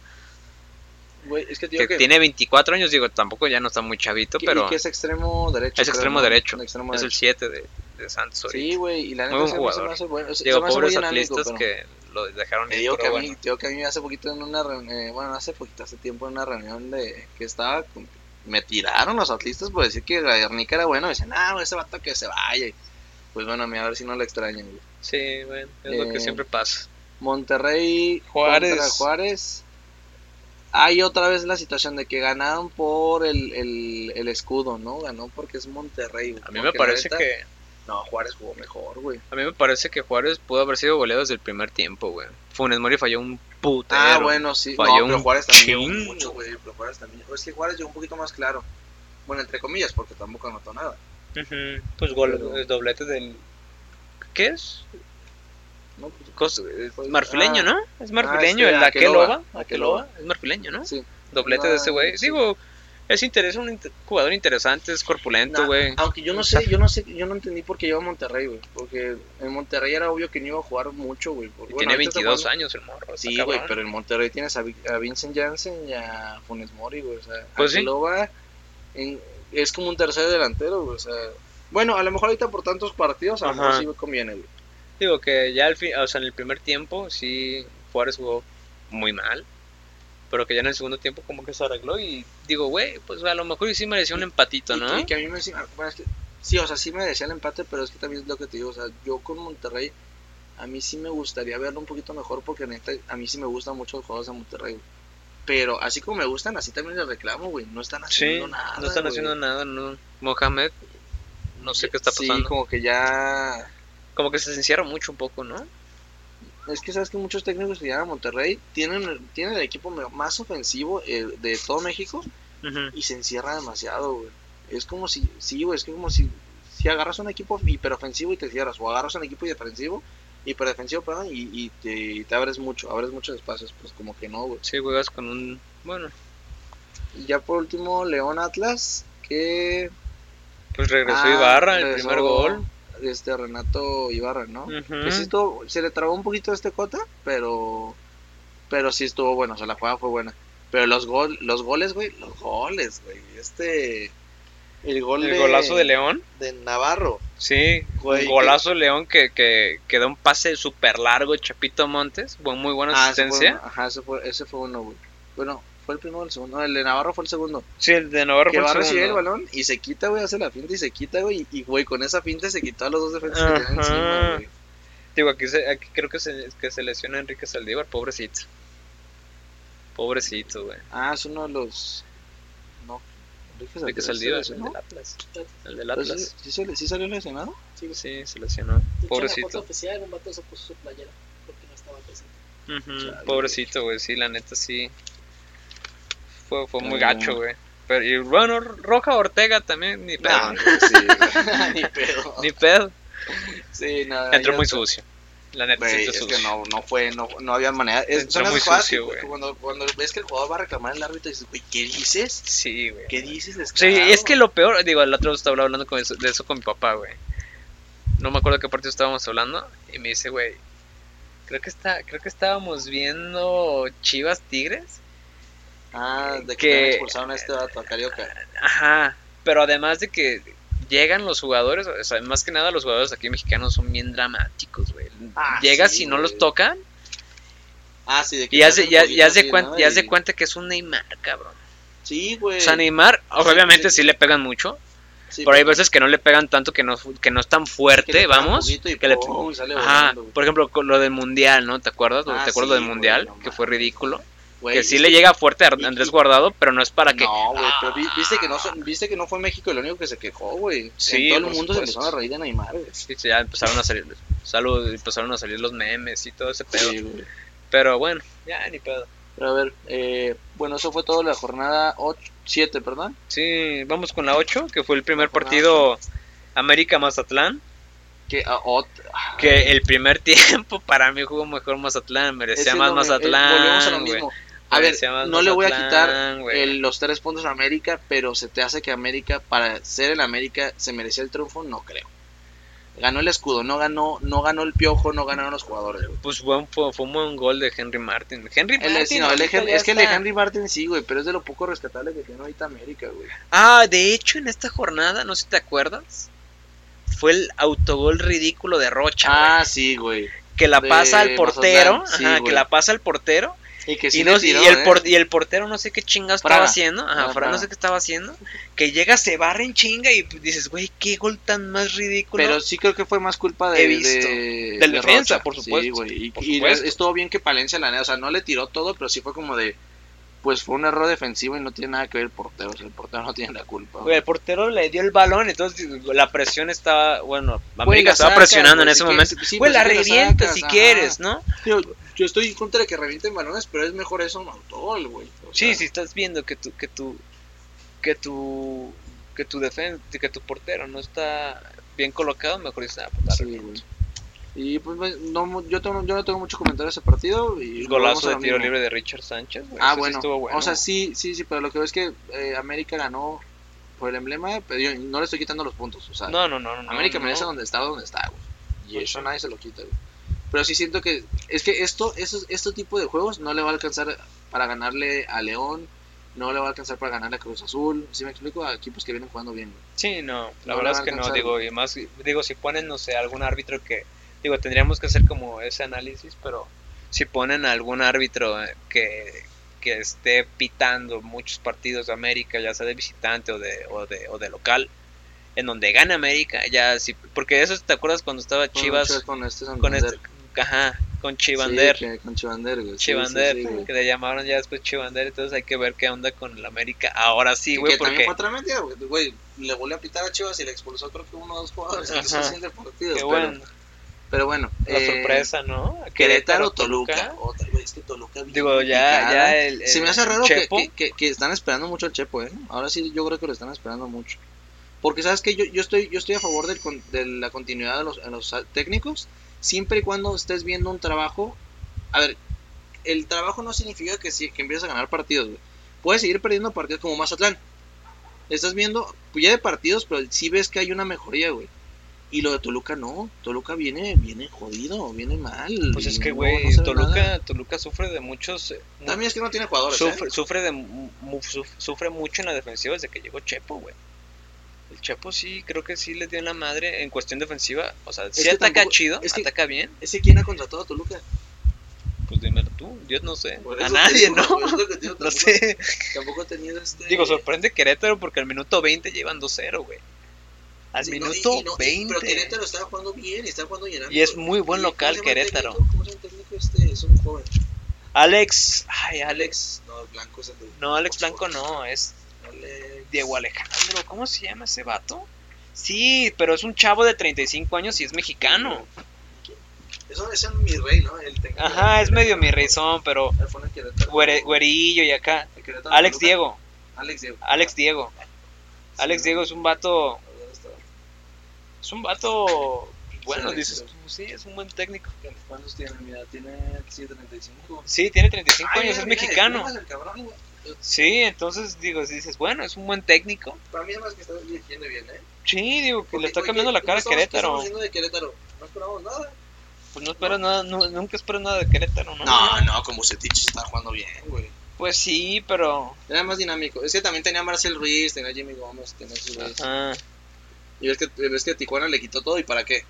[SPEAKER 2] Güey, es que
[SPEAKER 1] que
[SPEAKER 2] te digo que,
[SPEAKER 1] tiene 24 años, digo, tampoco ya no está muy chavito,
[SPEAKER 2] que-
[SPEAKER 1] pero
[SPEAKER 2] y que es extremo derecho.
[SPEAKER 1] Es extremo derecho,
[SPEAKER 2] Un extremo
[SPEAKER 1] es el
[SPEAKER 2] derecho.
[SPEAKER 1] 7 de, de Santos. ahorita.
[SPEAKER 2] Sí, güey, y la
[SPEAKER 1] Muy buen
[SPEAKER 2] neta se me hace- se
[SPEAKER 1] jugador.
[SPEAKER 2] me hace bueno. se- se
[SPEAKER 1] digo,
[SPEAKER 2] me hace muy
[SPEAKER 1] pobres
[SPEAKER 2] dinámico,
[SPEAKER 1] atlistas
[SPEAKER 2] pero-
[SPEAKER 1] que lo dejaron
[SPEAKER 2] Te
[SPEAKER 1] ir,
[SPEAKER 2] digo
[SPEAKER 1] pero
[SPEAKER 2] que, a mí,
[SPEAKER 1] bueno.
[SPEAKER 2] te digo que a mí hace poquito en una reunión, eh, bueno, hace poquito, hace tiempo en una reunión de que estaba, con- me tiraron los atlistas por decir que Garnica era bueno, me decían, ah, güey, ese vato que se vaya. Y, Pues bueno, a mí a ver si no le extrañan, güey.
[SPEAKER 1] Sí, bueno, es lo que
[SPEAKER 2] Eh,
[SPEAKER 1] siempre pasa.
[SPEAKER 2] Monterrey
[SPEAKER 1] Juárez.
[SPEAKER 2] contra Juárez. Hay otra vez la situación de que ganaron por el, el, el escudo, ¿no? Ganó porque es Monterrey. güey.
[SPEAKER 1] A mí me
[SPEAKER 2] Porque la
[SPEAKER 1] parece
[SPEAKER 2] neta-
[SPEAKER 1] que
[SPEAKER 2] No, Juárez jugó mejor, güey.
[SPEAKER 1] a mí me parece que Juárez pudo haber sido goleado desde el primer tiempo, güey. Funes Mori falló un putero.
[SPEAKER 2] Ah, bueno, sí.
[SPEAKER 1] Falló
[SPEAKER 2] no, pero
[SPEAKER 1] un
[SPEAKER 2] Juárez también llegó
[SPEAKER 1] chingo.
[SPEAKER 2] mucho, güey. Pero Juárez también. Es que Juárez llegó un poquito más claro. Bueno, entre comillas, porque tampoco anotó nada.
[SPEAKER 1] Ujú, Pues gol,
[SPEAKER 2] Pero-
[SPEAKER 1] el doblete del ¿Qué es?
[SPEAKER 2] No, pues,
[SPEAKER 1] Cos- eh,
[SPEAKER 2] Pues,
[SPEAKER 1] marfileño,
[SPEAKER 2] ah,
[SPEAKER 1] ¿no? Es marfileño,
[SPEAKER 2] este,
[SPEAKER 1] el
[SPEAKER 2] Akeloba,
[SPEAKER 1] Akeloba, Akeloba, es marfileño, ¿no?
[SPEAKER 2] sí.
[SPEAKER 1] Doblete de ese güey.
[SPEAKER 2] Ah, Sí.
[SPEAKER 1] Digo, es interes- un inter- jugador interesante, es corpulento,
[SPEAKER 2] Nah, ah,
[SPEAKER 1] güey.
[SPEAKER 2] aunque yo no sé, yo no sé, yo no entendí por qué iba a Monterrey, güey. Porque en Monterrey era obvio que no iba a jugar mucho, güey.
[SPEAKER 1] Y
[SPEAKER 2] porque, bueno,
[SPEAKER 1] tiene
[SPEAKER 2] ahorita está
[SPEAKER 1] 22
[SPEAKER 2] jugando-
[SPEAKER 1] años el morro. está
[SPEAKER 2] Sí, güey,
[SPEAKER 1] cabrón.
[SPEAKER 2] pero en Monterrey tienes a, Vi- a Vincent Janssen y a Funes Mori, güey. O sea,
[SPEAKER 1] Pues sí.
[SPEAKER 2] Akeloba en- es como un tercer delantero, güey. O sea, bueno, a lo mejor ahorita por tantos partidos, a lo mejor
[SPEAKER 1] Ajá.
[SPEAKER 2] sí conviene, güey.
[SPEAKER 1] Digo que ya al fin, o sea, en el primer tiempo sí Juárez jugó muy mal, pero que ya en el segundo tiempo como que se arregló y digo, güey, pues a lo mejor sí mereció un empatito,
[SPEAKER 2] Y
[SPEAKER 1] ¿no?
[SPEAKER 2] que- Y, que a mí me decía, bueno, es que, sí, o sea, sí me decía el empate, pero es que también es lo que te digo, o sea, yo con Monterrey, a mí sí me gustaría verlo un poquito mejor porque neta, a mí sí me gustan mucho los jugadores de Monterrey, güey. Pero así como me gustan, así también les reclamo, güey. No están
[SPEAKER 1] Sí,
[SPEAKER 2] haciendo nada.
[SPEAKER 1] no están
[SPEAKER 2] güey.
[SPEAKER 1] haciendo nada, no. Mohamed, no sé qué está
[SPEAKER 2] Sí,
[SPEAKER 1] pasando.
[SPEAKER 2] como que ya.
[SPEAKER 1] Como que se encierra mucho un poco, ¿no?
[SPEAKER 2] Es que sabes que muchos técnicos que llegan a Monterrey tienen, tienen el equipo me- más ofensivo eh, de todo México y se encierra demasiado, güey. Es como si, sí, güey, es que como si, si agarras un equipo hiperofensivo y te cierras, o agarras un equipo defensivo, hiperdefensivo, perdón, y, y te, y te abres mucho, abres muchos espacios, pues como que no, güey.
[SPEAKER 1] Sí, juegas con un... Bueno,
[SPEAKER 2] Y ya por último, León Atlas, que...
[SPEAKER 1] pues regresó
[SPEAKER 2] Ah,
[SPEAKER 1] Ibarra, el
[SPEAKER 2] regresó,
[SPEAKER 1] primer gol.
[SPEAKER 2] Este Renato Ibarra, ¿no?
[SPEAKER 1] Ujú.
[SPEAKER 2] Que sí estuvo- se le trabó un poquito este cota, pero pero sí estuvo bueno, o sea, la jugada fue buena. Pero los gol, los goles, güey, los goles, güey. Este el gol
[SPEAKER 1] El golazo de León.
[SPEAKER 2] de Navarro.
[SPEAKER 1] Sí,
[SPEAKER 2] Güey,
[SPEAKER 1] un golazo de León que, que, que da un pase súper largo, Chapito Montes, bu- muy buena
[SPEAKER 2] Ah, ese fue
[SPEAKER 1] asistencia.
[SPEAKER 2] uno, ajá, ese fue, ese fue uno, güey. Bueno, fue el primero o el segundo. No, el de Navarro fue el segundo.
[SPEAKER 1] Sí, el de Navarro
[SPEAKER 2] que
[SPEAKER 1] fue
[SPEAKER 2] va a
[SPEAKER 1] el
[SPEAKER 2] recibir el
[SPEAKER 1] segundo.
[SPEAKER 2] balón y se quita, güey, hace la finta y se quita, güey. Y, güey, con esa finta se quitó a los dos defensas que tenían
[SPEAKER 1] Ajá.
[SPEAKER 2] encima, güey.
[SPEAKER 1] Digo, aquí, se- aquí creo que se, que se lesiona Enrique Saldívar, pobrecito. Pobrecito, güey.
[SPEAKER 2] Ah, es uno de los. No. Enrique
[SPEAKER 1] Enrique Saldívar,
[SPEAKER 2] Saldívar,
[SPEAKER 1] el
[SPEAKER 2] ¿no?
[SPEAKER 1] del Atlas. El del
[SPEAKER 2] Pues,
[SPEAKER 1] Atlas.
[SPEAKER 2] ¿sí, sal- sí salió lesionado?
[SPEAKER 1] Sí, se lesionó.
[SPEAKER 3] De hecho, en la foto
[SPEAKER 1] Pobrecito.
[SPEAKER 3] oficial, un vato se puso su playera porque no estaba presente.
[SPEAKER 1] Ujú,
[SPEAKER 2] Chale,
[SPEAKER 1] Pobrecito, güey. Sí, la neta sí. Fue, fue muy
[SPEAKER 2] Pero-
[SPEAKER 1] gacho, güey. Pero, y bueno, Roja Ortega también, ni pedo.
[SPEAKER 2] No, no,
[SPEAKER 1] [LAUGHS]
[SPEAKER 2] sí, güey. [LAUGHS] ni pedo.
[SPEAKER 1] Ni pedo.
[SPEAKER 2] Sí, no,
[SPEAKER 1] Entró
[SPEAKER 2] yo-
[SPEAKER 1] muy sucio. La neta, sí
[SPEAKER 2] Güey,
[SPEAKER 1] entró
[SPEAKER 2] es
[SPEAKER 1] sucio.
[SPEAKER 2] que no, no fue, no, no había manera. Es,
[SPEAKER 1] Entró
[SPEAKER 2] son las
[SPEAKER 1] muy
[SPEAKER 2] cosas
[SPEAKER 1] sucio,
[SPEAKER 2] que-
[SPEAKER 1] güey.
[SPEAKER 2] cuando, cuando ves que el jugador va a reclamar al árbitro, dices, güey, ¿qué dices?
[SPEAKER 1] Sí, güey.
[SPEAKER 2] ¿Qué dices?
[SPEAKER 1] Sí,
[SPEAKER 2] descarado?
[SPEAKER 1] es que lo peor, digo, el otro día estaba hablando con eso- de eso con mi papá, güey. No me acuerdo qué partido estábamos hablando y me dice, güey, creo que está, creo que estábamos viendo Chivas Tigres.
[SPEAKER 2] Ah, de que,
[SPEAKER 1] que-
[SPEAKER 2] también expulsaron a este vato, a Carioca.
[SPEAKER 1] Ajá, pero además de que llegan los jugadores, o sea, más que nada los jugadores aquí mexicanos son bien dramáticos, güey.
[SPEAKER 2] Ah,
[SPEAKER 1] Llegas
[SPEAKER 2] sí,
[SPEAKER 1] y no los
[SPEAKER 2] güey.
[SPEAKER 1] tocan
[SPEAKER 2] Ah, sí, de que.
[SPEAKER 1] y haz de,
[SPEAKER 2] hacen
[SPEAKER 1] y haz- y
[SPEAKER 2] pollito
[SPEAKER 1] haz de
[SPEAKER 2] así,
[SPEAKER 1] cuenta,
[SPEAKER 2] ¿no?
[SPEAKER 1] y haz de
[SPEAKER 2] Y-
[SPEAKER 1] cuenta que es un Neymar, cabrón.
[SPEAKER 2] Sí, güey.
[SPEAKER 1] O sea, Neymar, obviamente
[SPEAKER 2] sí.
[SPEAKER 1] sí le pegan mucho,
[SPEAKER 2] Sí,
[SPEAKER 1] pero hay
[SPEAKER 2] porque-
[SPEAKER 1] veces que no le pegan tanto, que no, que no es tan fuerte,
[SPEAKER 2] que le pegan
[SPEAKER 1] vamos,
[SPEAKER 2] poquito y
[SPEAKER 1] que le,
[SPEAKER 2] pum, y sale
[SPEAKER 1] Ajá,
[SPEAKER 2] volando, güey.
[SPEAKER 1] por ejemplo, con lo del mundial, ¿no? ¿Te acuerdas?
[SPEAKER 2] Ah,
[SPEAKER 1] ¿Te acuerdas lo
[SPEAKER 2] sí,
[SPEAKER 1] del mundial?
[SPEAKER 2] güey, no
[SPEAKER 1] que fue
[SPEAKER 2] mames.
[SPEAKER 1] ridículo.
[SPEAKER 2] Güey,
[SPEAKER 1] que sí
[SPEAKER 2] es
[SPEAKER 1] le llega fuerte a
[SPEAKER 2] y-
[SPEAKER 1] Andrés
[SPEAKER 2] y-
[SPEAKER 1] Guardado, pero no es para que. Ah.
[SPEAKER 2] No, güey, pero vi- viste que no, son- viste que no fue México el único que se quejó, güey.
[SPEAKER 1] Sí,
[SPEAKER 2] en todo el
[SPEAKER 1] por
[SPEAKER 2] mundo se
[SPEAKER 1] supuesto.
[SPEAKER 2] empezaron a reír de Neymar, güey.
[SPEAKER 1] Sí, Ya empezaron a salir. Salud, empezaron a salir los memes y todo ese pedo.
[SPEAKER 2] Sí, güey.
[SPEAKER 1] Pero bueno, ya ni pedo.
[SPEAKER 2] Pero a ver, eh, bueno, eso fue todo la jornada 7, ¿verdad?
[SPEAKER 1] Sí, vamos con la 8, que fue el primer
[SPEAKER 2] Con la
[SPEAKER 1] partido América-Mazatlán.
[SPEAKER 2] Que ah, ot- ah,
[SPEAKER 1] Que el primer [LAUGHS] tiempo para mí jugó mejor Mazatlán.
[SPEAKER 2] ese
[SPEAKER 1] Merecía
[SPEAKER 2] no
[SPEAKER 1] más
[SPEAKER 2] me- eh,
[SPEAKER 1] Mazatlán.
[SPEAKER 2] volvemos a lo
[SPEAKER 1] güey.
[SPEAKER 2] mismo. A ver,
[SPEAKER 1] Merecía más
[SPEAKER 2] no le voy a quitar
[SPEAKER 1] Mazatlán, güey.
[SPEAKER 2] el- los tres puntos a América, pero se te hace que América, para ser el América, se merecía el triunfo, no creo. Ganó el escudo, no ganó, no ganó el piojo, no ganaron los jugadores, güey.
[SPEAKER 1] Pues buen- fue, fue un buen gol de Henry Martin. Henry
[SPEAKER 2] El-
[SPEAKER 1] Martin.
[SPEAKER 2] sí, no, el de
[SPEAKER 1] ahorita
[SPEAKER 2] Hen-
[SPEAKER 1] ya
[SPEAKER 2] es que el de
[SPEAKER 1] está.
[SPEAKER 2] Henry Martin sí, güey, pero es de lo poco rescatable que tiene ahorita América, güey.
[SPEAKER 1] Ah, de hecho, en esta jornada, no sé si te acuerdas, fue el autogol ridículo de Rocha,
[SPEAKER 2] Ah, sí, güey.
[SPEAKER 1] güey, que la
[SPEAKER 2] de
[SPEAKER 1] pasa al portero,
[SPEAKER 2] Mazatlán, sí,
[SPEAKER 1] ajá, que
[SPEAKER 2] güey.
[SPEAKER 1] la pasa al portero,
[SPEAKER 2] Y que sí
[SPEAKER 1] y,
[SPEAKER 2] le
[SPEAKER 1] no-
[SPEAKER 2] tiró,
[SPEAKER 1] y el
[SPEAKER 2] ¿eh?
[SPEAKER 1] por- y el portero no sé qué chingados
[SPEAKER 2] Fraga.
[SPEAKER 1] estaba haciendo, ajá, Fraga no
[SPEAKER 2] Ajá, Fraga.
[SPEAKER 1] sé qué estaba haciendo, que llega, se barra en chinga y dices, güey, qué gol tan más ridículo.
[SPEAKER 2] Pero sí creo que fue más culpa de,
[SPEAKER 1] He visto.
[SPEAKER 2] de-
[SPEAKER 1] Del
[SPEAKER 2] de
[SPEAKER 1] defensa,
[SPEAKER 2] Rocha.
[SPEAKER 1] por
[SPEAKER 2] Sí,
[SPEAKER 1] supuesto.
[SPEAKER 2] güey, y,
[SPEAKER 1] Por
[SPEAKER 2] y
[SPEAKER 1] supuesto.
[SPEAKER 2] estuvo bien que Palencia la neta, o sea, no le tiró todo, pero sí fue como de pues fue un error defensivo y no tiene nada que ver el portero, o sea, el portero no tiene la culpa.
[SPEAKER 1] Güey, el portero le dio el balón, entonces la presión estaba, bueno, América
[SPEAKER 2] Güey, la
[SPEAKER 1] estaba
[SPEAKER 2] saca,
[SPEAKER 1] presionando
[SPEAKER 2] güey,
[SPEAKER 1] en ese
[SPEAKER 2] si quieres-
[SPEAKER 1] momento.
[SPEAKER 2] sí,
[SPEAKER 1] güey,
[SPEAKER 2] pero
[SPEAKER 1] la
[SPEAKER 2] si quieres la
[SPEAKER 1] revienta
[SPEAKER 2] sacas,
[SPEAKER 1] si
[SPEAKER 2] ajá.
[SPEAKER 1] quieres, ¿no?
[SPEAKER 2] Yo, yo estoy en contra de que revienten balones, pero es mejor eso un autogol, güey. o
[SPEAKER 1] Sí,
[SPEAKER 2] sea,
[SPEAKER 1] si estás viendo que tu que tu que tu que tu defen- que tu portero no está bien colocado, mejor dices, ah, puta,
[SPEAKER 2] sí,
[SPEAKER 1] reviento.
[SPEAKER 2] güey. Y pues pues, no mu- yo tengo, yo no tengo mucho comentario de ese partido y
[SPEAKER 1] El
[SPEAKER 2] volvemos a
[SPEAKER 1] golazo de
[SPEAKER 2] lo
[SPEAKER 1] tiro
[SPEAKER 2] mismo.
[SPEAKER 1] libre de Richard Sánchez, güey,
[SPEAKER 2] Ah,
[SPEAKER 1] ese sí
[SPEAKER 2] bueno.
[SPEAKER 1] estuvo bueno.
[SPEAKER 2] O sea, sí, sí, sí, pero lo que veo es que eh, América ganó por el emblema, pero yo no le estoy quitando los puntos. O sea,
[SPEAKER 1] no, no, no, no.
[SPEAKER 2] América
[SPEAKER 1] no.
[SPEAKER 2] merece donde está, donde está, güey. Y
[SPEAKER 1] Pues
[SPEAKER 2] eso
[SPEAKER 1] sí.
[SPEAKER 2] nadie se lo quita, güey. Pero sí siento que es que esto, esos, este tipo de juegos no le va a alcanzar para ganarle a León, no le va a alcanzar para ganarle a Cruz Azul. Si me explico, a equipos que vienen jugando bien. güey.
[SPEAKER 1] Sí, no, la
[SPEAKER 2] No le
[SPEAKER 1] verdad
[SPEAKER 2] va
[SPEAKER 1] es
[SPEAKER 2] a
[SPEAKER 1] que no,
[SPEAKER 2] alcanzar,
[SPEAKER 1] digo, y más digo si ponen no sé algún árbitro que digo, tendríamos que hacer como ese análisis, pero si ponen a algún árbitro eh, que que esté pitando muchos partidos de América, ya sea de visitante o de, o de, o de local, en donde gana América, ya sí, porque eso te acuerdas cuando estaba
[SPEAKER 2] Con
[SPEAKER 1] Chivas
[SPEAKER 2] con este
[SPEAKER 1] con
[SPEAKER 2] Santander.
[SPEAKER 1] este, ajá, con
[SPEAKER 2] Sí,
[SPEAKER 1] Chivander,
[SPEAKER 2] que- con Chivander, güey. Sí, sí,
[SPEAKER 1] Chivander,
[SPEAKER 2] sí, güey.
[SPEAKER 1] que le llamaron ya después Chivander, entonces hay que ver qué onda con el América ahora sí,
[SPEAKER 2] que
[SPEAKER 1] güey,
[SPEAKER 2] que
[SPEAKER 1] porque
[SPEAKER 2] también fue otra mentira, güey. Güey, le volvió a pitar a Chivas y le expulsó creo que uno o dos jugadores en los
[SPEAKER 1] Ajá.
[SPEAKER 2] siguientes partidos.
[SPEAKER 1] qué
[SPEAKER 2] pero-
[SPEAKER 1] bueno,
[SPEAKER 2] Pero bueno,
[SPEAKER 1] la
[SPEAKER 2] eh,
[SPEAKER 1] sorpresa, ¿no?
[SPEAKER 2] Querétaro, Toluca. Otra, güey, es que Toluca bien
[SPEAKER 1] Digo, ya,
[SPEAKER 2] complicada.
[SPEAKER 1] ya el,
[SPEAKER 2] Se me
[SPEAKER 1] el
[SPEAKER 2] hace raro que,
[SPEAKER 1] Chepo,
[SPEAKER 2] que, que- que están esperando mucho al Chepo, ¿eh? Ahora sí, yo creo que lo están esperando mucho. Porque, ¿sabes que Yo, yo, estoy, yo estoy a favor del con- de la continuidad de los, de los técnicos, siempre y cuando estés viendo un trabajo. A ver, el trabajo no significa que, si, que empieces a ganar partidos, güey. Puedes seguir perdiendo partidos como Mazatlán. Estás viendo, pues, ya de partidos, pero sí ves que hay una mejoría, güey. Y lo de Toluca no, Toluca viene, viene jodido, viene mal.
[SPEAKER 1] Pues es
[SPEAKER 2] y
[SPEAKER 1] que,
[SPEAKER 2] no-
[SPEAKER 1] güey,
[SPEAKER 2] no se ve nada.
[SPEAKER 1] Toluca, Toluca sufre de muchos... eh, mu-
[SPEAKER 2] También es que no tiene jugadores. ¿eh?
[SPEAKER 1] sufre, sufre, de, mu- mu- suf- sufre mucho en la defensiva desde que llegó Chepo, güey. El Chepo sí, creo que sí le dio en la madre en cuestión defensiva. O sea, sí
[SPEAKER 2] que
[SPEAKER 1] ataca
[SPEAKER 2] tampoco-
[SPEAKER 1] chido,
[SPEAKER 2] es que-
[SPEAKER 1] ataca bien.
[SPEAKER 2] Ese quién ha contratado a Toluca.
[SPEAKER 1] Pues dime tú, yo no sé.
[SPEAKER 2] Por
[SPEAKER 1] A
[SPEAKER 2] eso
[SPEAKER 1] nadie,
[SPEAKER 2] te digo,
[SPEAKER 1] ¿no?
[SPEAKER 2] por eso te digo,
[SPEAKER 1] [LAUGHS] No
[SPEAKER 2] tampoco-
[SPEAKER 1] sé.
[SPEAKER 2] Tampoco he tenido este.
[SPEAKER 1] Digo, sorprende Querétaro porque al minuto 20 llevan 2-0, güey. Al
[SPEAKER 2] Sí, no, y-
[SPEAKER 1] minuto
[SPEAKER 2] y no, y-
[SPEAKER 1] 20.
[SPEAKER 2] Pero Querétaro estaba jugando bien, estaba jugando llenando.
[SPEAKER 1] Y es muy buen
[SPEAKER 2] ¿Y cómo
[SPEAKER 1] local,
[SPEAKER 2] se llama el
[SPEAKER 1] Querétaro.
[SPEAKER 2] técnico? ¿Cómo se llama el técnico este? Es un joven.
[SPEAKER 1] Alex, ay, Alex.
[SPEAKER 2] Alex. No, el Blanco es el de.
[SPEAKER 1] No, Alex Blanco no, es
[SPEAKER 2] Alex-
[SPEAKER 1] Diego Alejandro, ¿cómo se llama ese vato? Sí, pero es un chavo de 35 años y es mexicano.
[SPEAKER 2] Eso es en mi rey, ¿no? El técnico
[SPEAKER 1] Ajá,
[SPEAKER 2] de
[SPEAKER 1] es medio
[SPEAKER 2] Querétaro.
[SPEAKER 1] mi rizón, pero
[SPEAKER 2] Él fue en el Querétaro.
[SPEAKER 1] güere- güerillo y acá.
[SPEAKER 2] El Querétaro de
[SPEAKER 1] Alex
[SPEAKER 2] Toluca.
[SPEAKER 1] Diego,
[SPEAKER 2] Alex Diego.
[SPEAKER 1] Alex Diego. Alex Diego es un vato. Es un vato. Bueno,
[SPEAKER 2] Sí,
[SPEAKER 1] dices
[SPEAKER 2] sí.
[SPEAKER 1] tú, sí, es un buen técnico.
[SPEAKER 2] ¿Cuántos tiene? Mira, tiene sí, 35.
[SPEAKER 1] Sí, tiene 35
[SPEAKER 2] Ay,
[SPEAKER 1] años,
[SPEAKER 2] mira,
[SPEAKER 1] es
[SPEAKER 2] mira,
[SPEAKER 1] mexicano.
[SPEAKER 2] el cabrón, güey.
[SPEAKER 1] Sí, entonces digo, si dices, bueno, es un buen técnico.
[SPEAKER 2] Para mí es más que está dirigiendo bien, ¿eh?
[SPEAKER 1] Sí, digo, que
[SPEAKER 2] Porque,
[SPEAKER 1] le está
[SPEAKER 2] oye,
[SPEAKER 1] cambiando la
[SPEAKER 2] ¿qué
[SPEAKER 1] cara a
[SPEAKER 2] estamos- qué estamos
[SPEAKER 1] Querétaro.
[SPEAKER 2] haciendo de Querétaro? No esperamos nada.
[SPEAKER 1] Pues no esperas nada, no- nunca esperas nada de Querétaro, ¿no?
[SPEAKER 2] no, como Cetich está jugando bien, güey.
[SPEAKER 1] Pues sí, pero.
[SPEAKER 2] Era más dinámico. Es que también tenía a Marcel Ruiz, tenía a Jimmy Gómez, tenía a esos güeyes.
[SPEAKER 1] Ajá.
[SPEAKER 2] Y ves que, ves que Tijuana le quitó todo, ¿y para qué?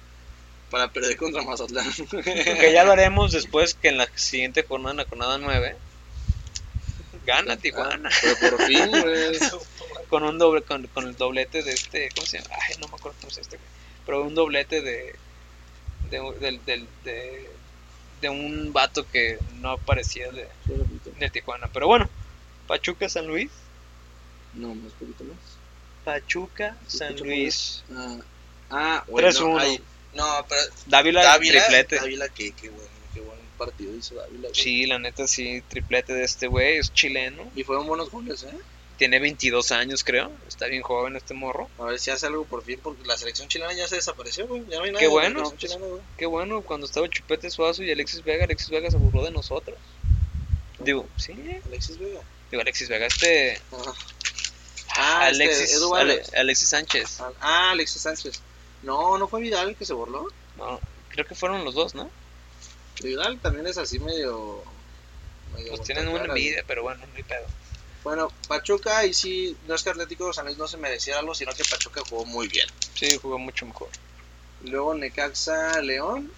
[SPEAKER 2] Para perder contra Mazatlán.
[SPEAKER 1] Que ya lo haremos después que en la siguiente jornada, en la jornada 9, gana Tijuana.
[SPEAKER 2] [LAUGHS] Pero por fin, güey.
[SPEAKER 1] Con un doble, con, con el doblete de este, ¿cómo se llama? Ay, no me acuerdo cómo se llama este, güey. pero un doblete de de, del- del- de- de un vato que no aparecía de, de Tijuana. Pero bueno, Pachuca San Luis.
[SPEAKER 2] No, más poquito más.
[SPEAKER 1] Pachuca San Luis.
[SPEAKER 2] Ah, ah bueno.
[SPEAKER 1] 3-1.
[SPEAKER 2] ahí- No, pero
[SPEAKER 1] Dávila,
[SPEAKER 2] Dávila,
[SPEAKER 1] triplete.
[SPEAKER 2] Dávila, qué, qué, bueno, qué buen partido hizo Dávila. güey.
[SPEAKER 1] Sí, la neta sí, triplete de este güey, es chileno.
[SPEAKER 2] Y fueron buenos goles, ¿eh?
[SPEAKER 1] Tiene 22 años, creo. Está bien joven este morro.
[SPEAKER 2] A ver si hace algo por fin, porque la selección chilena ya se desapareció, güey. Ya no hay nada.
[SPEAKER 1] Qué
[SPEAKER 2] de la
[SPEAKER 1] bueno.
[SPEAKER 2] selección chilena, güey.
[SPEAKER 1] Qué bueno, cuando estaba Chupete Suazo y Alexis Vega, Alexis Vega se burló de nosotros. Digo, sí.
[SPEAKER 2] Alexis Vega.
[SPEAKER 1] Digo, Alexis Vega, este.
[SPEAKER 2] Ajá. Ah, este,
[SPEAKER 1] Alexis,
[SPEAKER 2] Edu
[SPEAKER 1] Ale-
[SPEAKER 2] Vargas.
[SPEAKER 1] Alexis Sánchez.
[SPEAKER 2] Ah, Alexis Sánchez. No, no fue Vidal el que se burló.
[SPEAKER 1] No, creo que fueron los dos, ¿no?
[SPEAKER 2] Vidal también es así medio. medio
[SPEAKER 1] Pues tienen
[SPEAKER 2] buena
[SPEAKER 1] una
[SPEAKER 2] cara,
[SPEAKER 1] envidia, pero bueno, no hay pedo.
[SPEAKER 2] güey. Bueno, Pachuca, y sí, no es que Atlético de San Luis no se mereciera algo, sino que Pachuca jugó muy bien.
[SPEAKER 1] Sí, jugó mucho mejor.
[SPEAKER 2] Luego Necaxa León.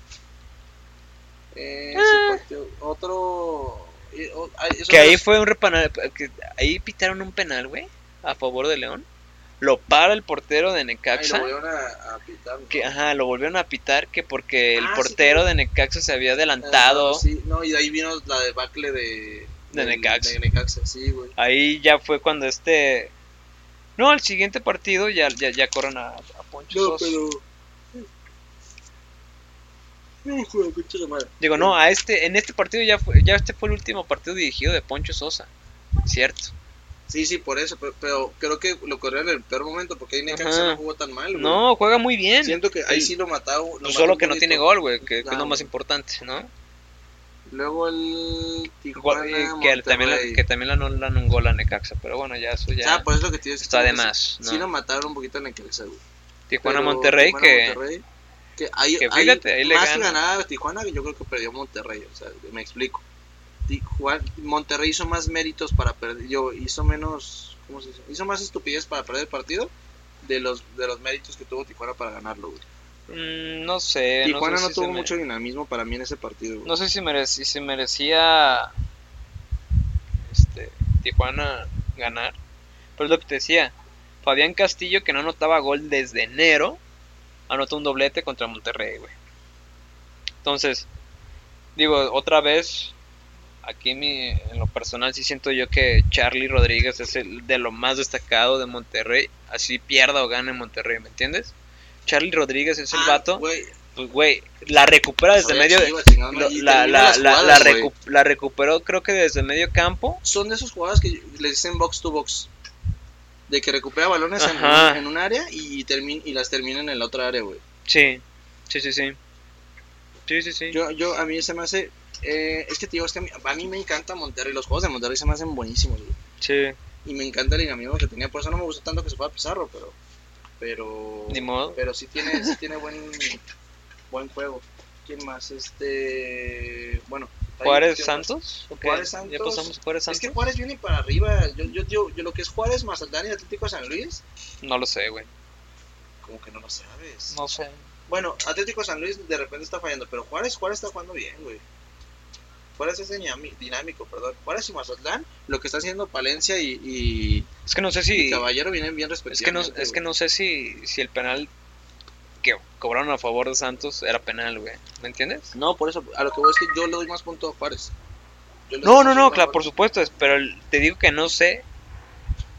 [SPEAKER 2] Eh,
[SPEAKER 1] Ah.
[SPEAKER 2] ese partido- otro. y- o- ay, eso
[SPEAKER 1] Que
[SPEAKER 2] no
[SPEAKER 1] ahí
[SPEAKER 2] es-
[SPEAKER 1] fue un repanal. Que ahí pitaron un penal, güey, a favor de León. Lo para el portero de
[SPEAKER 2] ay,
[SPEAKER 1] Necaxa.
[SPEAKER 2] lo volvieron a, a pitar. ¿no? Eh,
[SPEAKER 1] que ajá, lo volvieron a pitar que porque el
[SPEAKER 2] Ah, sí,
[SPEAKER 1] portero
[SPEAKER 2] claro.
[SPEAKER 1] de Necaxa se había
[SPEAKER 2] Ah,
[SPEAKER 1] adelantado.
[SPEAKER 2] sí, no, y de ahí vino la debacle de.
[SPEAKER 1] De
[SPEAKER 2] del-
[SPEAKER 1] Necaxa.
[SPEAKER 2] De Necaxa, sí, güey.
[SPEAKER 1] Ahí ya fue cuando este no, al siguiente partido ya ya, ya corren a, a Poncho
[SPEAKER 2] No,
[SPEAKER 1] Sosa.
[SPEAKER 2] pero. No, hijo de pinche de madre.
[SPEAKER 1] Digo, no, a este en este partido ya fue ya este fue el último partido dirigido de Poncho Sosa. Cierto.
[SPEAKER 2] Sí, sí, por eso, pero, pero creo que lo corrieron en el peor momento porque ahí Necaxa
[SPEAKER 1] Ajá.
[SPEAKER 2] no jugó tan mal, güey.
[SPEAKER 1] No, juega muy bien.
[SPEAKER 2] Siento que ahí
[SPEAKER 1] Sí.
[SPEAKER 2] sí lo mataron. lo
[SPEAKER 1] Pues
[SPEAKER 2] mató
[SPEAKER 1] solo
[SPEAKER 2] un
[SPEAKER 1] que no
[SPEAKER 2] poquito.
[SPEAKER 1] tiene gol, güey, que, que es lo
[SPEAKER 2] Claro.
[SPEAKER 1] más importante, ¿no?
[SPEAKER 2] Luego el Tijuana.
[SPEAKER 1] Igual, eh, que también la,
[SPEAKER 2] Monterrey.
[SPEAKER 1] que también la anulan un gol a Necaxa, pero bueno, ya eso ya
[SPEAKER 2] Ah, por eso que tienes que
[SPEAKER 1] está de
[SPEAKER 2] decir,
[SPEAKER 1] más, ¿no?
[SPEAKER 2] Sí lo mataron un poquito en Necaxa, güey.
[SPEAKER 1] Tijuana
[SPEAKER 2] Pero
[SPEAKER 1] Monterrey
[SPEAKER 2] Tijuana,
[SPEAKER 1] que
[SPEAKER 2] Monterrey, que ahí,
[SPEAKER 1] que
[SPEAKER 2] ahí
[SPEAKER 1] fíjate, ahí le
[SPEAKER 2] más que
[SPEAKER 1] gana.
[SPEAKER 2] ganada Tijuana, yo creo que perdió Monterrey, o sea, me explico. Tijuana, Monterrey hizo más méritos para perder, yo hizo menos, ¿cómo se dice? Hizo más estupidez para perder el partido de los de los méritos que tuvo Tijuana para ganarlo. güey.
[SPEAKER 1] mm, no sé,
[SPEAKER 2] Tijuana
[SPEAKER 1] sé
[SPEAKER 2] no
[SPEAKER 1] si se
[SPEAKER 2] tuvo
[SPEAKER 1] me-
[SPEAKER 2] mucho dinamismo para mí en ese partido. güey.
[SPEAKER 1] No sé si, merec- si merecía este, Tijuana ganar. Pero es lo que te decía. Fabián Castillo, que no anotaba gol desde enero, anotó un doblete contra Monterrey, güey. Entonces, digo, otra vez, aquí mi, en lo personal sí siento yo que Charlie Rodríguez es el de lo más destacado de Monterrey. Así pierda o gane Monterrey, ¿me entiendes? Charlie Rodríguez es el
[SPEAKER 2] Ah,
[SPEAKER 1] vato.
[SPEAKER 2] güey,
[SPEAKER 1] Pues, güey, la recupera desde
[SPEAKER 2] oye,
[SPEAKER 1] medio,
[SPEAKER 2] Chivas, chingado,
[SPEAKER 1] lo-
[SPEAKER 2] y
[SPEAKER 1] la,
[SPEAKER 2] terminan
[SPEAKER 1] la,
[SPEAKER 2] las
[SPEAKER 1] la,
[SPEAKER 2] jugadas,
[SPEAKER 1] la
[SPEAKER 2] güey.
[SPEAKER 1] recu- la recuperó creo que desde medio campo.
[SPEAKER 2] son de esos jugadores que le dicen box to box. De que recupera balones en,
[SPEAKER 1] Ajá.
[SPEAKER 2] en un área y, termi- y las termina en el otro área, güey.
[SPEAKER 1] Sí, sí, sí, sí. Sí, sí, sí.
[SPEAKER 2] Yo, yo, a mí se me hace. eh, es que te digo, es que a mí, a mí me encanta Monterrey. Los juegos de Monterrey se me hacen buenísimos, güey.
[SPEAKER 1] Sí,
[SPEAKER 2] Y me encanta el dinamismo que tenía. Por eso no me gustó tanto que se fuera Pizarro, pero. Pero.
[SPEAKER 1] ni modo.
[SPEAKER 2] Pero sí tiene, sí tiene buen, buen juego. ¿Quién más? Este. Bueno. ahí,
[SPEAKER 1] Juárez
[SPEAKER 2] ¿quién más?
[SPEAKER 1] Santos. ¿o qué?
[SPEAKER 2] Juárez Santos.
[SPEAKER 1] Ya pasamos a Juárez
[SPEAKER 2] Es
[SPEAKER 1] Santos.
[SPEAKER 2] que Juárez viene para arriba. Yo, yo, yo, yo lo que es Juárez, Mazatlán y Atlético de San Luis,
[SPEAKER 1] No lo sé, güey.
[SPEAKER 2] como que no lo sabes.
[SPEAKER 1] No sé.
[SPEAKER 2] Bueno, Atlético San Luis de repente está fallando, pero Juárez, Juárez está jugando bien, güey. Juárez es dinami- dinámico, perdón. Juárez y Mazatlán, lo que está haciendo Palencia y, y-
[SPEAKER 1] Es que no sé
[SPEAKER 2] y
[SPEAKER 1] si.
[SPEAKER 2] Caballero vienen bien
[SPEAKER 1] Es que no,
[SPEAKER 2] respectivamente.
[SPEAKER 1] es que
[SPEAKER 2] pues, güey.
[SPEAKER 1] no sé si, si el penal que cobraron a favor de Santos era penal, güey. ¿Me entiendes?
[SPEAKER 2] No, por eso, a lo que voy es que yo le doy más punto a Juárez. Yo le
[SPEAKER 1] No,
[SPEAKER 2] doy
[SPEAKER 1] no,
[SPEAKER 2] más
[SPEAKER 1] no,
[SPEAKER 2] punto a
[SPEAKER 1] claro, por
[SPEAKER 2] Juárez.
[SPEAKER 1] supuesto. es- Pero el- te digo que no sé.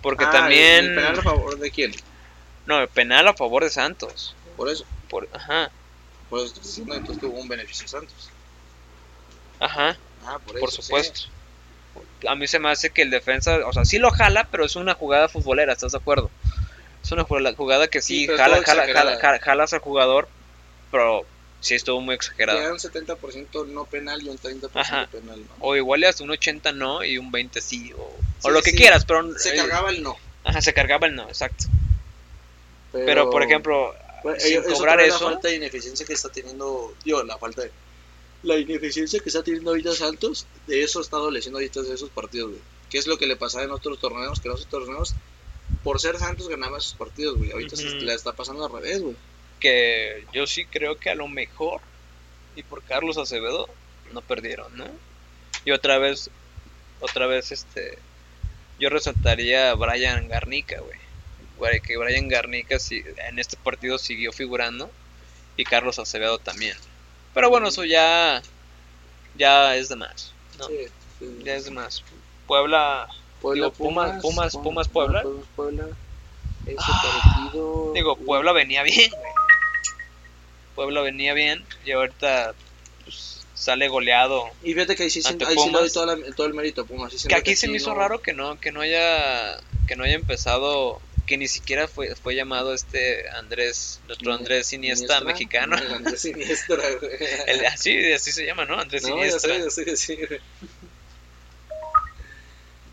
[SPEAKER 1] Porque
[SPEAKER 2] Ah,
[SPEAKER 1] también.
[SPEAKER 2] ¿El penal a favor de quién?
[SPEAKER 1] No, el penal a favor de Santos.
[SPEAKER 2] Por eso.
[SPEAKER 1] Por... Ajá,
[SPEAKER 2] Por eso estoy diciendo entonces que hubo un beneficio a Santos.
[SPEAKER 1] ajá.
[SPEAKER 2] Ah, por eso.
[SPEAKER 1] Por
[SPEAKER 2] sí.
[SPEAKER 1] supuesto. a mí se me hace que el defensa, o sea, sí lo jala, pero es una jugada futbolera, ¿estás de acuerdo? Es una jugada- jugada que
[SPEAKER 2] Sí,
[SPEAKER 1] sí,
[SPEAKER 2] pero
[SPEAKER 1] jala,
[SPEAKER 2] estuvo
[SPEAKER 1] jala,
[SPEAKER 2] exagerada.
[SPEAKER 1] jala- jala- jalas al jugador, pero sí estuvo muy exagerado.
[SPEAKER 2] Era un 70% no penal y un 30%
[SPEAKER 1] Ajá.
[SPEAKER 2] penal. ¿no?
[SPEAKER 1] O igual y hasta un 80 no y un 20 sí, o,
[SPEAKER 2] Sí,
[SPEAKER 1] o lo que
[SPEAKER 2] sí.
[SPEAKER 1] quieras, pero...
[SPEAKER 2] Se
[SPEAKER 1] eh,
[SPEAKER 2] cargaba el no.
[SPEAKER 1] Ajá, se cargaba el no, exacto.
[SPEAKER 2] Pero,
[SPEAKER 1] Pero, por ejemplo,
[SPEAKER 2] bueno,
[SPEAKER 1] sin
[SPEAKER 2] eh, eso
[SPEAKER 1] cobrar
[SPEAKER 2] también es
[SPEAKER 1] eso-
[SPEAKER 2] La falta de ineficiencia que está teniendo. Digo, la falta de. La ineficiencia que está teniendo ahorita Santos, de eso está adoleciendo ahorita de esos partidos, güey. Que es lo que le pasaba en otros torneos, que en otros torneos, por ser Santos ganaba esos partidos, güey. Ahorita se
[SPEAKER 1] Ujú.
[SPEAKER 2] la está pasando al revés, güey.
[SPEAKER 1] que yo sí creo que a lo mejor, y por Carlos Acevedo, no perdieron, ¿no? Y otra vez, otra vez, este, yo resaltaría a Brian Garnica, güey. Güey, Que Brian Garnica sí- en este partido siguió figurando y Carlos Acevedo también. Pero bueno, eso ya, ya es de más, ¿no?
[SPEAKER 2] Sí, sí.
[SPEAKER 1] Ya es de más. Puebla,
[SPEAKER 2] Puebla,
[SPEAKER 1] Digo, Pumas- Pumas- Pumas, Puebla.
[SPEAKER 2] Pumas, Puebla. Ese
[SPEAKER 1] Ah,
[SPEAKER 2] partido.
[SPEAKER 1] digo, Puebla venía bien, güey. Puebla venía bien y ahorita pues, sale goleado
[SPEAKER 2] Y fíjate que ahí sí,
[SPEAKER 1] ante
[SPEAKER 2] ahí sí le doy
[SPEAKER 1] Pumas.
[SPEAKER 2] toda la- todo el mérito a Pumas. sí siento
[SPEAKER 1] que aquí se
[SPEAKER 2] sí
[SPEAKER 1] me hizo
[SPEAKER 2] no-
[SPEAKER 1] raro que no que no haya que no haya empezado que ni siquiera fue, fue llamado este Andrés nuestro Andrés Iniesta mexicano
[SPEAKER 2] [LAUGHS] Andrés Iniesta, güey.
[SPEAKER 1] El- así así se llama no Andrés
[SPEAKER 2] No, ya
[SPEAKER 1] Iniesta
[SPEAKER 2] sé, ya sé, ya sé, güey.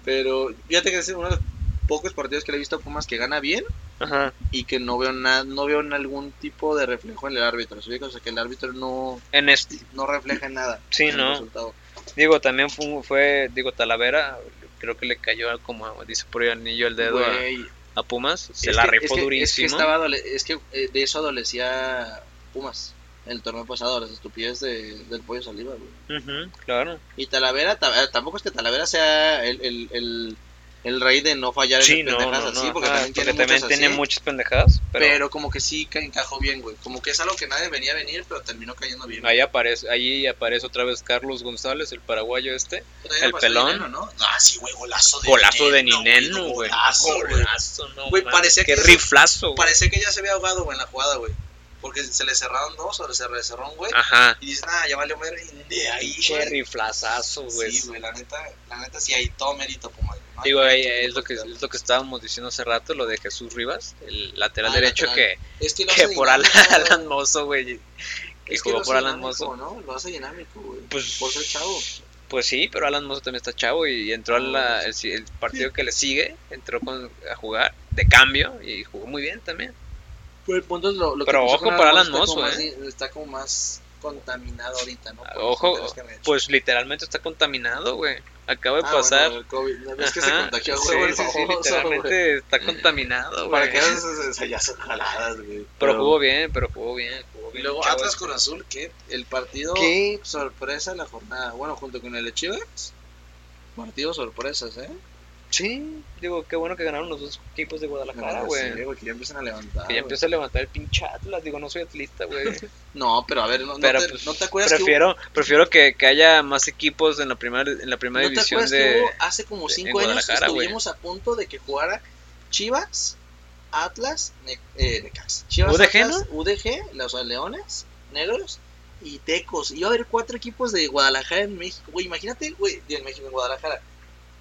[SPEAKER 2] Pero fíjate que es uno de los pocos partidos que le he visto a Pumas que gana bien
[SPEAKER 1] Ajá.
[SPEAKER 2] y que no veo nada, no veo algún tipo de reflejo en el árbitro. ¿sí? O sea, que el árbitro no,
[SPEAKER 1] en este
[SPEAKER 2] no refleja nada.
[SPEAKER 1] Sí,
[SPEAKER 2] en el
[SPEAKER 1] no.
[SPEAKER 2] resultado.
[SPEAKER 1] digo también fue, fue, digo Talavera creo que le cayó como dice por ahí anillo el dedo a,
[SPEAKER 2] Güey,
[SPEAKER 1] a Pumas se
[SPEAKER 2] Es
[SPEAKER 1] la
[SPEAKER 2] que- es
[SPEAKER 1] rifó
[SPEAKER 2] que-
[SPEAKER 1] durísimo
[SPEAKER 2] Es que, estaba adole- es que, eh, de eso adolecía Pumas en el torneo pasado, las estupideces de- del pollo saliva, güey.
[SPEAKER 1] Ujú, claro
[SPEAKER 2] Y Talavera, ta- eh, tampoco es que Talavera sea el, el, el, el rey de no fallar
[SPEAKER 1] sí
[SPEAKER 2] en
[SPEAKER 1] no
[SPEAKER 2] las
[SPEAKER 1] no,
[SPEAKER 2] pendejas
[SPEAKER 1] no,
[SPEAKER 2] así, porque
[SPEAKER 1] ajá,
[SPEAKER 2] también tiene, muchas, así,
[SPEAKER 1] tiene muchas pendejadas
[SPEAKER 2] pero...
[SPEAKER 1] pero,
[SPEAKER 2] como que sí ca- encajó bien, güey. Como que es algo que nadie venía a venir, pero terminó cayendo bien.
[SPEAKER 1] ahí aparece ahí aparece otra vez Carlos González el paraguayo este
[SPEAKER 2] Pero ya
[SPEAKER 1] el
[SPEAKER 2] pasó de
[SPEAKER 1] pelón.
[SPEAKER 2] Dineno, ¿no? Ah, sí, güey, golazo de
[SPEAKER 1] Golazo de
[SPEAKER 2] Dineno,
[SPEAKER 1] Nineno, güey.
[SPEAKER 2] Golazo, güey.
[SPEAKER 1] no.
[SPEAKER 2] Güey,
[SPEAKER 1] mames,
[SPEAKER 2] parecía
[SPEAKER 1] qué
[SPEAKER 2] que-
[SPEAKER 1] riflazo, güey.
[SPEAKER 2] Parecía que ya se había ahogado, güey, en la jugada, güey. Porque se le cerraron dos o se le cerró un güey.
[SPEAKER 1] Ajá.
[SPEAKER 2] Y dices, nada, ya valió madre. Y de ahí,
[SPEAKER 1] Ah. Qué
[SPEAKER 2] güey,
[SPEAKER 1] riflazazo, güey.
[SPEAKER 2] Sí, güey, la neta, la neta sí hay todo mérito, Puma. ¿no?
[SPEAKER 1] Digo, ahí es lo que es lo que estábamos diciendo hace rato, lo de Jesús Rivas, el lateral
[SPEAKER 2] Ah,
[SPEAKER 1] derecho
[SPEAKER 2] lateral. es
[SPEAKER 1] que,
[SPEAKER 2] que lo
[SPEAKER 1] que
[SPEAKER 2] hace
[SPEAKER 1] por Alan,
[SPEAKER 2] dinámico,
[SPEAKER 1] Alan Mozo, güey, [LAUGHS] que
[SPEAKER 2] es
[SPEAKER 1] jugó
[SPEAKER 2] lo
[SPEAKER 1] por
[SPEAKER 2] hace
[SPEAKER 1] Alan
[SPEAKER 2] dinámico,
[SPEAKER 1] Mozo.
[SPEAKER 2] ¿no? Lo hace dinámico, güey.
[SPEAKER 1] Pues,
[SPEAKER 2] Por ser chavo.
[SPEAKER 1] pues sí, pero Alan Mozo también está chavo y entró a la- el, si- el partido que le sigue, entró con, a jugar de cambio y jugó muy bien también.
[SPEAKER 2] Pero Pues, el punto es lo, lo
[SPEAKER 1] Pero
[SPEAKER 2] que pasó
[SPEAKER 1] ojo
[SPEAKER 2] con
[SPEAKER 1] para Alan
[SPEAKER 2] está como
[SPEAKER 1] Mozo,
[SPEAKER 2] más
[SPEAKER 1] eh.
[SPEAKER 2] di- Está como más contaminado ahorita, ¿no? Por los
[SPEAKER 1] Ojo,
[SPEAKER 2] comentarios que han hecho.
[SPEAKER 1] Pues literalmente está contaminado, güey. Acaba
[SPEAKER 2] Ah,
[SPEAKER 1] de
[SPEAKER 2] bueno,
[SPEAKER 1] pasar.
[SPEAKER 2] el COVID. ¿no ¿Ves que se
[SPEAKER 1] Ajá,
[SPEAKER 2] contagió,
[SPEAKER 1] sí,
[SPEAKER 2] güey? [LAUGHS]
[SPEAKER 1] sí, sí,
[SPEAKER 2] Famoso, güey.
[SPEAKER 1] literalmente está contaminado,
[SPEAKER 2] Para
[SPEAKER 1] güey.
[SPEAKER 2] que hagas esas ensayazos jaladas, güey.
[SPEAKER 1] Pero jugó bien, pero jugó bien, jugó
[SPEAKER 2] Y
[SPEAKER 1] bien.
[SPEAKER 2] luego
[SPEAKER 1] chavo.
[SPEAKER 2] Atlas con Azul, que el partido
[SPEAKER 1] ¿Qué?
[SPEAKER 2] sorpresa de la jornada. Bueno, junto con el de Chivas, partido sorpresas, ¿eh?
[SPEAKER 1] Sí, digo, qué bueno que ganaron los dos equipos de Guadalajara,
[SPEAKER 2] No,
[SPEAKER 1] güey.
[SPEAKER 2] Ah, sí, güey, que ya empiezan a levantar.
[SPEAKER 1] que ya
[SPEAKER 2] güey.
[SPEAKER 1] empieza a levantar el pinche Atlas, digo, no soy atlista, güey.
[SPEAKER 2] No, [LAUGHS] pero a ver, no, no
[SPEAKER 1] Pero
[SPEAKER 2] te,
[SPEAKER 1] pues,
[SPEAKER 2] ¿no te acuerdas
[SPEAKER 1] prefiero, prefiero que, que haya más equipos en la primera, en la
[SPEAKER 2] que
[SPEAKER 1] primera
[SPEAKER 2] hubo, ¿no te
[SPEAKER 1] división
[SPEAKER 2] acuerdas
[SPEAKER 1] de.
[SPEAKER 2] que hubo hace como
[SPEAKER 1] de- en
[SPEAKER 2] cinco años
[SPEAKER 1] Guadalajara, güey?
[SPEAKER 2] estuvimos a punto de que jugara Chivas, Atlas, Ne- eh, Necaxa. Chivas,
[SPEAKER 1] ¿UDG,
[SPEAKER 2] Atlas, UDG, los Leones, Negros y Tecos. Y iba a haber cuatro equipos de Guadalajara en México. Güey, imagínate, güey, de en México, en Guadalajara.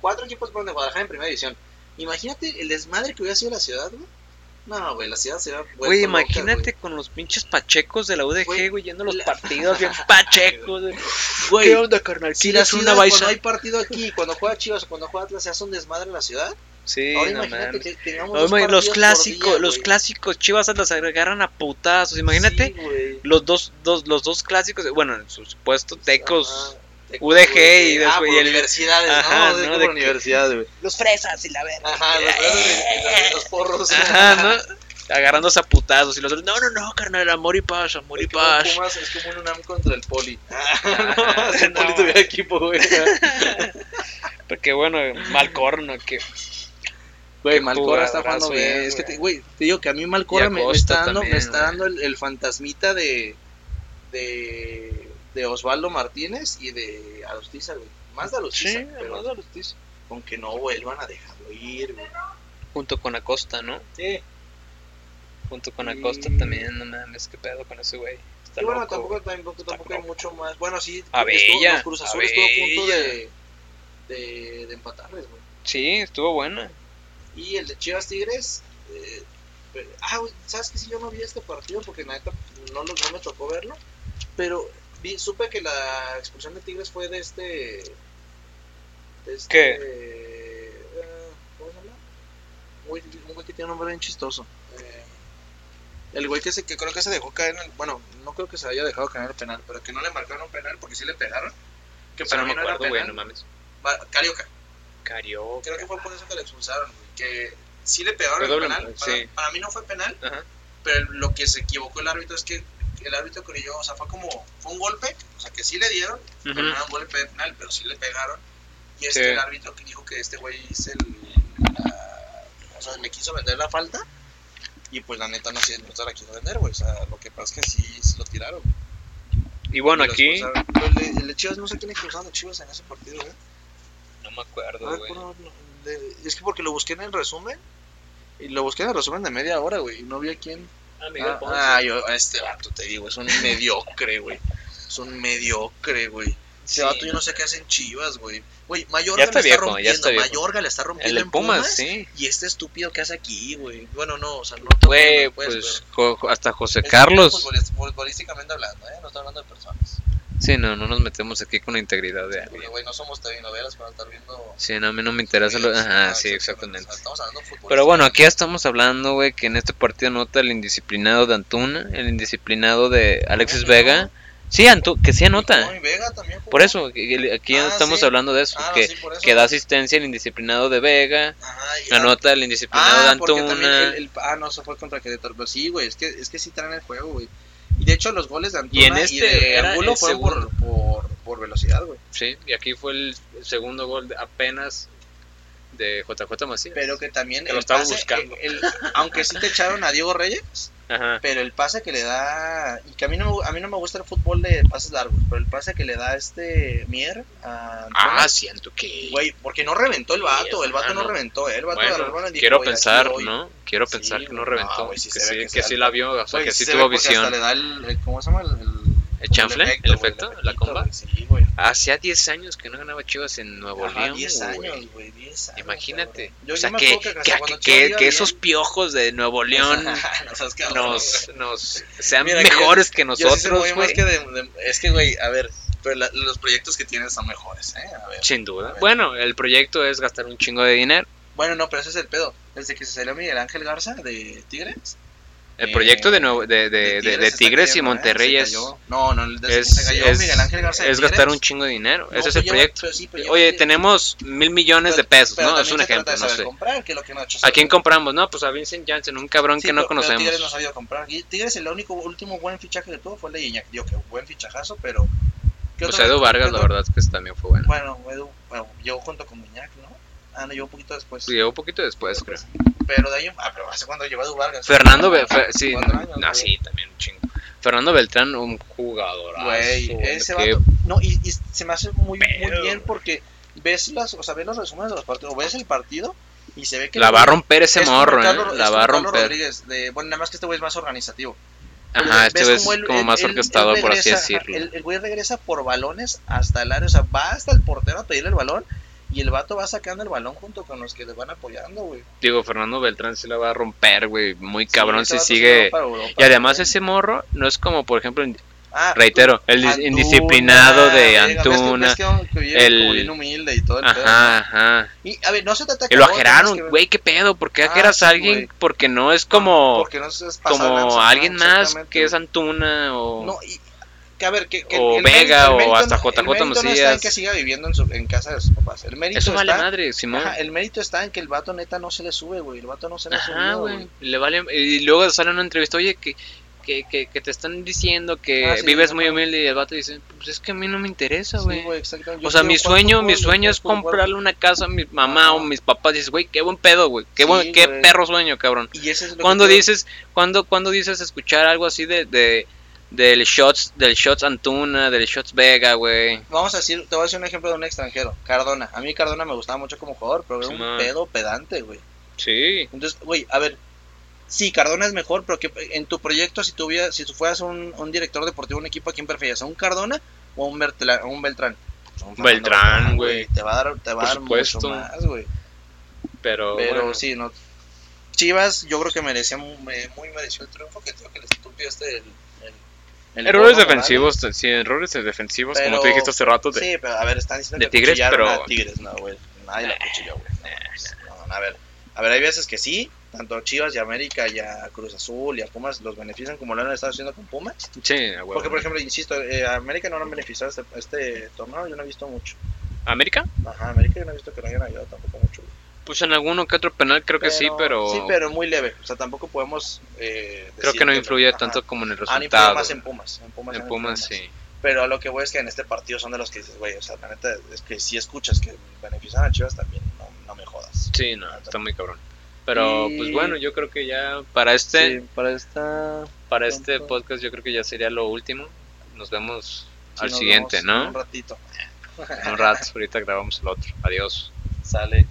[SPEAKER 2] Cuatro equipos fueron de Guadalajara en primera división. Imagínate el desmadre que hubiera sido la ciudad, güey. No, güey, la ciudad se va
[SPEAKER 1] Güey, imagínate con los pinches pachecos de la
[SPEAKER 2] Güey,
[SPEAKER 1] UDG, güey, yendo a los
[SPEAKER 2] la-
[SPEAKER 1] partidos
[SPEAKER 2] [LAUGHS]
[SPEAKER 1] bien pachecos. güey.
[SPEAKER 2] Güey,
[SPEAKER 1] ¿Qué onda, carnal?
[SPEAKER 2] Si
[SPEAKER 1] ¿Quieres
[SPEAKER 2] las
[SPEAKER 1] una
[SPEAKER 2] una
[SPEAKER 1] baixa?
[SPEAKER 2] cuando hay partido aquí, cuando juega Chivas o cuando juega Atlas, se hace un desmadre en la ciudad.
[SPEAKER 1] Sí,
[SPEAKER 2] Ahora
[SPEAKER 1] no
[SPEAKER 2] imagínate
[SPEAKER 1] mames.
[SPEAKER 2] que tengamos
[SPEAKER 1] No,
[SPEAKER 2] dos
[SPEAKER 1] ma-
[SPEAKER 2] partidos
[SPEAKER 1] los
[SPEAKER 2] por
[SPEAKER 1] clásicos,
[SPEAKER 2] día,
[SPEAKER 1] los
[SPEAKER 2] güey.
[SPEAKER 1] clásicos, Chivas las agarran a putazos, imagínate.
[SPEAKER 2] Sí, güey.
[SPEAKER 1] Los dos, dos, los dos clásicos, bueno, en su supuesto, Tecos,
[SPEAKER 2] Ajá, Tecos,
[SPEAKER 1] UDG
[SPEAKER 2] güey.
[SPEAKER 1] y
[SPEAKER 2] Ah,
[SPEAKER 1] después-
[SPEAKER 2] por
[SPEAKER 1] y el-
[SPEAKER 2] universidades,
[SPEAKER 1] Ajá,
[SPEAKER 2] ¿no?
[SPEAKER 1] ¿no?
[SPEAKER 2] por
[SPEAKER 1] De que-
[SPEAKER 2] universidades, güey.
[SPEAKER 1] los fresas y la verga. Eh.
[SPEAKER 2] Ajá, los, los- los porros.
[SPEAKER 1] Ajá, ¿no? Agarrándose a putazos y los otros, no, no,
[SPEAKER 2] [LAUGHS]
[SPEAKER 1] no, carnal, amor y paz, amor y
[SPEAKER 2] Es como
[SPEAKER 1] paz.
[SPEAKER 2] Pumas, es como un UNAM contra el Poli.
[SPEAKER 1] Ajá,
[SPEAKER 2] Si el
[SPEAKER 1] no.
[SPEAKER 2] Poli tuviera equipo, güey.
[SPEAKER 1] [LAUGHS] Porque bueno, mal corno, que
[SPEAKER 2] Güey, Malcora está
[SPEAKER 1] jugadorazo
[SPEAKER 2] jugando bien.
[SPEAKER 1] es,
[SPEAKER 2] Es que, te,
[SPEAKER 1] güey.
[SPEAKER 2] güey, te digo que a mí Malcora
[SPEAKER 1] Y
[SPEAKER 2] me, me
[SPEAKER 1] Acosta
[SPEAKER 2] está dando, me
[SPEAKER 1] también,
[SPEAKER 2] está
[SPEAKER 1] güey.
[SPEAKER 2] dando el, el fantasmita de, de, de Osvaldo Martínez y de Alustiza, güey. Más de Alustiza,
[SPEAKER 1] sí,
[SPEAKER 2] pero
[SPEAKER 1] además de los tis.
[SPEAKER 2] con que no vuelvan a dejarlo ir, güey.
[SPEAKER 1] junto con Acosta, ¿no?
[SPEAKER 2] Sí.
[SPEAKER 1] Junto con
[SPEAKER 2] Mm.
[SPEAKER 1] Acosta también, no mames, qué pedo con ese güey. Está
[SPEAKER 2] Y bueno,
[SPEAKER 1] loco.
[SPEAKER 2] tampoco, tampoco, tampoco hay
[SPEAKER 1] loco.
[SPEAKER 2] mucho más. Bueno, sí,
[SPEAKER 1] Abella,
[SPEAKER 2] estuvo- los Cruz Azul estuvo a punto
[SPEAKER 1] Abella.
[SPEAKER 2] de, de, de empatarles, güey.
[SPEAKER 1] Sí, estuvo buena.
[SPEAKER 2] Y el de Chivas Tigres. eh, pe- ah, güey, ¿sabes que si yo no vi este partido porque la neta no, lo- no me tocó verlo. Pero vi, supe que la expulsión de Tigres fue de este. de este,
[SPEAKER 1] ¿Qué?
[SPEAKER 2] eh, ¿Cómo se llama? Un güey, un güey que tiene un nombre bien chistoso. Eh, el güey que, se, que creo que se dejó caer en el. Bueno, no creo que se haya dejado caer en el penal, pero que no le marcaron penal porque sí le pegaron. Que
[SPEAKER 1] O sea,
[SPEAKER 2] para
[SPEAKER 1] no me
[SPEAKER 2] mí no era
[SPEAKER 1] acuerdo, güey, no
[SPEAKER 2] penal.
[SPEAKER 1] mames.
[SPEAKER 2] Va- Carioca.
[SPEAKER 1] Carioca.
[SPEAKER 2] Creo que fue por eso que le expulsaron, güey, que sí le pegaron
[SPEAKER 1] Fue
[SPEAKER 2] el
[SPEAKER 1] doble,
[SPEAKER 2] penal. Para,
[SPEAKER 1] sí.
[SPEAKER 2] para mí no fue penal,
[SPEAKER 1] Ajá.
[SPEAKER 2] pero lo que se equivocó el árbitro es que el árbitro creyó, o sea, fue como, fue un golpe, o sea, que sí le dieron, pero no
[SPEAKER 1] Ujú.
[SPEAKER 2] era un golpe de penal, pero sí le pegaron. Y este
[SPEAKER 1] Sí.
[SPEAKER 2] el árbitro que dijo que este güey es el, la- o sea, le quiso vender la falta. Y pues la neta no, se- no se la quiso vender, güey. O sea, lo que pasa es que sí, sí lo tiraron.
[SPEAKER 1] Y bueno,
[SPEAKER 2] Y lo
[SPEAKER 1] aquí.
[SPEAKER 2] expulsaron. Pero El, de- el de Chivas, no sé quién expulsaron de Chivas en ese partido, güey.
[SPEAKER 1] No me
[SPEAKER 2] A
[SPEAKER 1] acuerdo,
[SPEAKER 2] ver,
[SPEAKER 1] güey.
[SPEAKER 2] ¿cuál era? Ah, De- es que porque lo busqué en el resumen. Y lo busqué en el resumen de media hora, güey. Y no vi a quién.
[SPEAKER 3] Ah, Miguel
[SPEAKER 2] Ah,
[SPEAKER 3] Ponce.
[SPEAKER 2] ah, yo, a este vato te digo, es un [LAUGHS] mediocre, güey. Es un mediocre, güey. Ese
[SPEAKER 1] Sí,
[SPEAKER 2] vato yo
[SPEAKER 1] no.
[SPEAKER 2] no sé qué hacen chivas, güey. Güey, Mayorga
[SPEAKER 1] Ya está
[SPEAKER 2] le está
[SPEAKER 1] viejo, ya
[SPEAKER 2] rompiendo.
[SPEAKER 1] está viejo.
[SPEAKER 2] Mayorga le está rompiendo
[SPEAKER 1] El de
[SPEAKER 2] en Pumas.
[SPEAKER 1] Pumas, sí.
[SPEAKER 2] Y este estúpido que hace aquí, güey. Bueno, no, o sea, no.
[SPEAKER 1] Güey,
[SPEAKER 2] pues,
[SPEAKER 1] pues
[SPEAKER 2] pero-
[SPEAKER 1] jo- jo- hasta José
[SPEAKER 2] Es-
[SPEAKER 1] Carlos.
[SPEAKER 2] futbolist- Futbolísticamente hablando, ¿eh? No estoy hablando de personas.
[SPEAKER 1] Sí, no, no nos metemos aquí con la integridad de
[SPEAKER 2] Porque,
[SPEAKER 1] alguien.
[SPEAKER 2] güey, no somos telenovelas para estar viendo.
[SPEAKER 1] Sí, no, a mí no me interesa lo...
[SPEAKER 2] ah,
[SPEAKER 1] Ajá, sí, exactamente.
[SPEAKER 2] O sea, Estamos hablando de fútbol.
[SPEAKER 1] Pero bueno, aquí ya estamos hablando, güey, que en este partido nota el indisciplinado de Antuna, el indisciplinado de Alexis
[SPEAKER 2] No.
[SPEAKER 1] Vega. Sí, Antu que sí anota.
[SPEAKER 2] Muy Vega también jugó.
[SPEAKER 1] Por eso, que- que- aquí
[SPEAKER 2] Ah,
[SPEAKER 1] estamos
[SPEAKER 2] sí.
[SPEAKER 1] hablando de eso,
[SPEAKER 2] Ah, no,
[SPEAKER 1] que,
[SPEAKER 2] sí, por eso.
[SPEAKER 1] que da asistencia el indisciplinado de Vega,
[SPEAKER 2] Ajá, y-
[SPEAKER 1] la nota el indisciplinado de
[SPEAKER 2] Ah, porque también
[SPEAKER 1] Antuna.
[SPEAKER 2] el- el- ah, no, eso fue contra Querétaro. Pero sí, güey, es que, es que sí traen el juego, güey. Y de hecho, los goles de Antuna
[SPEAKER 1] Y
[SPEAKER 2] y,
[SPEAKER 1] en este
[SPEAKER 2] de
[SPEAKER 1] era
[SPEAKER 2] Angulo
[SPEAKER 1] el
[SPEAKER 2] fueron por, por, por velocidad, güey.
[SPEAKER 1] Sí, y aquí fue el el segundo gol de- apenas de JJ Macías.
[SPEAKER 2] Pero que también.
[SPEAKER 1] Que
[SPEAKER 2] el
[SPEAKER 1] lo estaba
[SPEAKER 2] pase,
[SPEAKER 1] buscando.
[SPEAKER 2] el- el- aunque sí te echaron a Diego Reyes,
[SPEAKER 1] Ajá.
[SPEAKER 2] pero el pase que le da. Y que a mí no, me- a mí no me gusta el fútbol de pases largos, pero el pase que le da este Mier a. Antuna,
[SPEAKER 1] Ah, siento que...
[SPEAKER 2] Güey, porque no reventó el vato, el vato
[SPEAKER 1] ah,
[SPEAKER 2] no,
[SPEAKER 1] no.
[SPEAKER 2] reventó, eh, el vato agarró
[SPEAKER 1] Bueno,
[SPEAKER 2] el balón y dijo,
[SPEAKER 1] quiero
[SPEAKER 2] "Güey, aquí
[SPEAKER 1] pensar,
[SPEAKER 2] voy".
[SPEAKER 1] ¿no? Quiero
[SPEAKER 2] Sí,
[SPEAKER 1] pensar que no
[SPEAKER 2] güey.
[SPEAKER 1] reventó,
[SPEAKER 2] Ah, güey, sí
[SPEAKER 1] que,
[SPEAKER 2] se ve
[SPEAKER 1] sí,
[SPEAKER 2] que
[SPEAKER 1] que
[SPEAKER 2] se
[SPEAKER 1] sí
[SPEAKER 2] da-
[SPEAKER 1] la vio, o sea,
[SPEAKER 2] Güey,
[SPEAKER 1] que
[SPEAKER 2] sí
[SPEAKER 1] sí
[SPEAKER 2] se
[SPEAKER 1] tuvo
[SPEAKER 2] ve porque hasta
[SPEAKER 1] visión.
[SPEAKER 2] le da el, el- ¿cómo se llama? El, el-
[SPEAKER 1] ¿El chanfle? ¿El
[SPEAKER 2] güey,
[SPEAKER 1] efecto? ¿La comba?
[SPEAKER 2] güey, Sí, güey.
[SPEAKER 1] Hacía 10 años que no ganaba Chivas en Nuevo
[SPEAKER 2] Ajá,
[SPEAKER 1] León,
[SPEAKER 2] 10
[SPEAKER 1] güey.
[SPEAKER 2] años, güey, 10 años.
[SPEAKER 1] Imagínate.
[SPEAKER 2] cabrón. Yo,
[SPEAKER 1] o sea,
[SPEAKER 2] yo me
[SPEAKER 1] que,
[SPEAKER 2] acuerdo que,
[SPEAKER 1] que-
[SPEAKER 2] hasta cuando
[SPEAKER 1] que-
[SPEAKER 2] Chivas
[SPEAKER 1] que
[SPEAKER 2] iba [LAUGHS]
[SPEAKER 1] esos
[SPEAKER 2] bien,
[SPEAKER 1] piojos de Nuevo
[SPEAKER 2] [LAUGHS]
[SPEAKER 1] León
[SPEAKER 2] no seas cabrón,
[SPEAKER 1] nos,
[SPEAKER 2] güey.
[SPEAKER 1] nos sean
[SPEAKER 2] Mira, que yo-
[SPEAKER 1] mejores que
[SPEAKER 2] Yo sí se
[SPEAKER 1] nosotros,
[SPEAKER 2] movía más
[SPEAKER 1] güey.
[SPEAKER 2] que de- de- es que, güey, a ver, pero la- los proyectos que tienes son mejores, ¿eh? A ver.
[SPEAKER 1] Sin
[SPEAKER 2] A
[SPEAKER 1] duda.
[SPEAKER 2] ver.
[SPEAKER 1] Bueno, el proyecto es gastar un chingo de dinero.
[SPEAKER 2] Bueno, no, pero ese es el pedo. Desde que se salió Miguel Ángel Garza de Tigres.
[SPEAKER 1] El
[SPEAKER 2] Eh,
[SPEAKER 1] proyecto de, nuevo, de, de, de- de
[SPEAKER 2] se está
[SPEAKER 1] Tigres y
[SPEAKER 2] cayendo, ¿eh?
[SPEAKER 1] Monterrey
[SPEAKER 2] Se
[SPEAKER 1] es,
[SPEAKER 2] cayó. No, no, desde que
[SPEAKER 1] es,
[SPEAKER 2] se cayó
[SPEAKER 1] es-
[SPEAKER 2] Miguel Ángel Garza de
[SPEAKER 1] es gastar
[SPEAKER 2] Tigres,
[SPEAKER 1] un chingo de dinero.
[SPEAKER 2] No,
[SPEAKER 1] Ese es
[SPEAKER 2] pues
[SPEAKER 1] el
[SPEAKER 2] lleva-
[SPEAKER 1] proyecto.
[SPEAKER 2] pero sí, pero
[SPEAKER 1] Oye,
[SPEAKER 2] lleva-
[SPEAKER 1] tenemos mil millones de pesos,
[SPEAKER 2] Pero
[SPEAKER 1] ¿no? Es
[SPEAKER 2] también
[SPEAKER 1] un
[SPEAKER 2] se trata
[SPEAKER 1] ejemplo,
[SPEAKER 2] de
[SPEAKER 1] no
[SPEAKER 2] saber
[SPEAKER 1] sé.
[SPEAKER 2] comprar, que es lo que no ha hecho
[SPEAKER 1] ¿A quién
[SPEAKER 2] Santos.
[SPEAKER 1] compramos? No, pues a Vincent Janssen, un cabrón
[SPEAKER 2] Sí,
[SPEAKER 1] que no
[SPEAKER 2] pero- pero Tigres no ha
[SPEAKER 1] conocemos.
[SPEAKER 2] sabido comprar. Y Tigres el único último buen fichaje que tuvo fue el de Iñak. Digo que buen fichajazo, pero. ¿qué
[SPEAKER 1] O
[SPEAKER 2] otro-
[SPEAKER 1] sea, Pues Edu
[SPEAKER 2] qué
[SPEAKER 1] Vargas, la
[SPEAKER 2] otro-
[SPEAKER 1] verdad es que también fue bueno.
[SPEAKER 2] Bueno, Edu, bueno, llegó junto con Iñak, ¿no? Ah, no, llegó un poquito después.
[SPEAKER 1] Llegó un poquito después, pues, creo.
[SPEAKER 2] Pero de ahí. Ah, pero hace cuando llegó Edu Vargas.
[SPEAKER 1] Fernando
[SPEAKER 2] Cuatro
[SPEAKER 1] Be- Fe- sí,
[SPEAKER 2] años, güey.
[SPEAKER 1] no, sí, también un chingo. Fernando Beltrán, un jugador.
[SPEAKER 2] Güey, ese vato. No, y, y se me hace muy, muy bien porque ves las, o sea, ves los resúmenes de los partidos, ves el partido y se ve que
[SPEAKER 1] La va a romper ese
[SPEAKER 2] es como
[SPEAKER 1] morro, ¿eh?
[SPEAKER 2] Carlos-
[SPEAKER 1] La
[SPEAKER 2] es
[SPEAKER 1] va a
[SPEAKER 2] como Carlos
[SPEAKER 1] romper.
[SPEAKER 2] Rodríguez, de- bueno, nada más que este güey es más organizativo.
[SPEAKER 1] Ajá, este
[SPEAKER 2] Ves
[SPEAKER 1] güey es
[SPEAKER 2] cómo él-
[SPEAKER 1] como
[SPEAKER 2] él-
[SPEAKER 1] más
[SPEAKER 2] él-
[SPEAKER 1] orquestado,
[SPEAKER 2] él
[SPEAKER 1] por así
[SPEAKER 2] regresa, ajá,
[SPEAKER 1] decirlo.
[SPEAKER 2] El el güey regresa por balones hasta el área, o sea, va hasta el portero a pedirle el balón y el vato va sacando el balón junto con los que le van apoyando, güey.
[SPEAKER 1] Digo, Fernando Beltrán sí la va a romper, güey. Muy cabrón
[SPEAKER 2] Sí,
[SPEAKER 1] si
[SPEAKER 2] ese Este vato se
[SPEAKER 1] sigue.
[SPEAKER 2] va para Europa,
[SPEAKER 1] Y además
[SPEAKER 2] güey.
[SPEAKER 1] ese morro no es como, por ejemplo,
[SPEAKER 2] Ah,
[SPEAKER 1] reitero, el dis-
[SPEAKER 2] Antuna,
[SPEAKER 1] indisciplinado de
[SPEAKER 2] verga, ves que-
[SPEAKER 1] Antuna.
[SPEAKER 2] ves que- que viene
[SPEAKER 1] el-
[SPEAKER 2] como bien humilde y todo el pedo.
[SPEAKER 1] Ajá, ajá.
[SPEAKER 2] Y a ver, no se trata
[SPEAKER 1] Que lo
[SPEAKER 2] no, tenemos
[SPEAKER 1] ajeraron,
[SPEAKER 2] que-
[SPEAKER 1] güey, qué pedo, ¿por qué
[SPEAKER 2] Ah,
[SPEAKER 1] ajeras a
[SPEAKER 2] sí,
[SPEAKER 1] alguien?
[SPEAKER 2] güey.
[SPEAKER 1] Porque no es como,
[SPEAKER 2] Porque no se es pasado de
[SPEAKER 1] como
[SPEAKER 2] lanza,
[SPEAKER 1] alguien
[SPEAKER 2] ¿no?
[SPEAKER 1] más
[SPEAKER 2] Exactamente,
[SPEAKER 1] que es
[SPEAKER 2] güey.
[SPEAKER 1] Antuna o...
[SPEAKER 2] No, y que a ver, que, que
[SPEAKER 1] o
[SPEAKER 2] el mérito-
[SPEAKER 1] Vega,
[SPEAKER 2] el
[SPEAKER 1] o
[SPEAKER 2] mérito
[SPEAKER 1] hasta
[SPEAKER 2] no-
[SPEAKER 1] JJ
[SPEAKER 2] el mérito no está en
[SPEAKER 1] Macías.
[SPEAKER 2] que siga viviendo en, su- en casa de sus papás. El mérito
[SPEAKER 1] Eso vale
[SPEAKER 2] está,
[SPEAKER 1] madre, Simón.
[SPEAKER 2] ajá, el mérito está en que el vato neta no se le sube, güey. El vato no se le
[SPEAKER 1] Ajá,
[SPEAKER 2] sube,
[SPEAKER 1] güey. Le vale. Y luego sale una entrevista, oye, que, que, que, que te están diciendo que
[SPEAKER 2] Ah, sí,
[SPEAKER 1] vives
[SPEAKER 2] no,
[SPEAKER 1] muy
[SPEAKER 2] no.
[SPEAKER 1] humilde y el vato dice, pues es que a mí no me interesa,
[SPEAKER 2] Sí,
[SPEAKER 1] güey.
[SPEAKER 2] güey, exactamente. Yo
[SPEAKER 1] o sea, mi
[SPEAKER 2] quiero jugar
[SPEAKER 1] sueño,
[SPEAKER 2] fútbol,
[SPEAKER 1] mi
[SPEAKER 2] yo
[SPEAKER 1] sueño
[SPEAKER 2] quiero
[SPEAKER 1] es
[SPEAKER 2] jugar fútbol.
[SPEAKER 1] comprarle una casa a mi mamá o
[SPEAKER 2] Ajá.
[SPEAKER 1] mis papás. Dices, güey, qué buen pedo, güey. Qué,
[SPEAKER 2] Sí,
[SPEAKER 1] buen, qué
[SPEAKER 2] güey.
[SPEAKER 1] perro sueño, cabrón.
[SPEAKER 2] Y ese es lo que
[SPEAKER 1] ¿Cuándo
[SPEAKER 2] quiero.
[SPEAKER 1] dices, cuando, cuando dices escuchar algo así de, de del shots, del shots Antuna, del shots Vega, güey?
[SPEAKER 2] Vamos a decir, te voy a decir un ejemplo de un extranjero, Cardona. A mí Cardona me gustaba mucho como jugador, pero era
[SPEAKER 1] Simón.
[SPEAKER 2] un pedo pedante, güey.
[SPEAKER 1] Sí.
[SPEAKER 2] Entonces, güey, a ver, sí, Cardona es mejor, pero que en tu proyecto, si tú, si tú fueras un, un director deportivo, un equipo, ¿a quién prefieres? ¿A un Cardona o a un, Bertla- a un Beltrán? son
[SPEAKER 1] Beltrán,
[SPEAKER 2] Fernando
[SPEAKER 1] güey.
[SPEAKER 2] Te va a dar, te va
[SPEAKER 1] Por
[SPEAKER 2] a dar mucho
[SPEAKER 1] supuesto.
[SPEAKER 2] más, güey.
[SPEAKER 1] Pero,
[SPEAKER 2] Pero
[SPEAKER 1] bueno,
[SPEAKER 2] sí, no. Chivas, yo creo que merecía mu- me- muy mereció el triunfo que creo que el estúpido este el, el- el
[SPEAKER 1] errores
[SPEAKER 2] Bono,
[SPEAKER 1] defensivos, sí, errores defensivos, como
[SPEAKER 2] Pero-
[SPEAKER 1] tú dijiste hace rato,
[SPEAKER 2] ¿verdad?
[SPEAKER 1] de,
[SPEAKER 2] Sí, pero a ver, están diciendo
[SPEAKER 1] de
[SPEAKER 2] que
[SPEAKER 1] Tigres,
[SPEAKER 2] cuchillaron
[SPEAKER 1] pero-
[SPEAKER 2] a Tigres, no, güey. Nadie la cuchilló, güey. No, no, no, a ver. A ver, hay veces que sí, tanto a Chivas y a América y a Cruz Azul y a Pumas los benefician como lo han estado haciendo con Pumas.
[SPEAKER 1] sí, a huevo.
[SPEAKER 2] Porque, por ejemplo, insisto, eh, a América no lo han beneficiado este, este torneo, yo no he visto mucho.
[SPEAKER 1] ¿América?
[SPEAKER 2] Ajá, a América yo no he visto que lo hayan ayudado tampoco mucho. güey.
[SPEAKER 1] Pues en alguno que otro penal creo que sí, pero,
[SPEAKER 2] Sí, pero muy leve. O sea, tampoco podemos. eh,
[SPEAKER 1] creo
[SPEAKER 2] decir
[SPEAKER 1] que no influye
[SPEAKER 2] ajá.
[SPEAKER 1] tanto como en el
[SPEAKER 2] Han influido
[SPEAKER 1] resultado.
[SPEAKER 2] más en Pumas. En Pumas,
[SPEAKER 1] en
[SPEAKER 2] han
[SPEAKER 1] Pumas,
[SPEAKER 2] influido
[SPEAKER 1] sí.
[SPEAKER 2] más. Pero a lo que voy es que en este partido son de los que dices, güey, o sea, la neta es que si escuchas que benefician a Chivas también, no, no me jodas.
[SPEAKER 1] Sí, no, está muy cabrón. Pero,
[SPEAKER 2] Y-
[SPEAKER 1] pues bueno, yo creo que ya para este,
[SPEAKER 2] para esta.
[SPEAKER 1] para este
[SPEAKER 2] pronto.
[SPEAKER 1] podcast yo creo que ya sería lo último. Nos vemos al siguiente, ¿no?
[SPEAKER 2] Un ratito.
[SPEAKER 1] En un rato, ahorita grabamos el otro. Adiós.
[SPEAKER 2] Sale.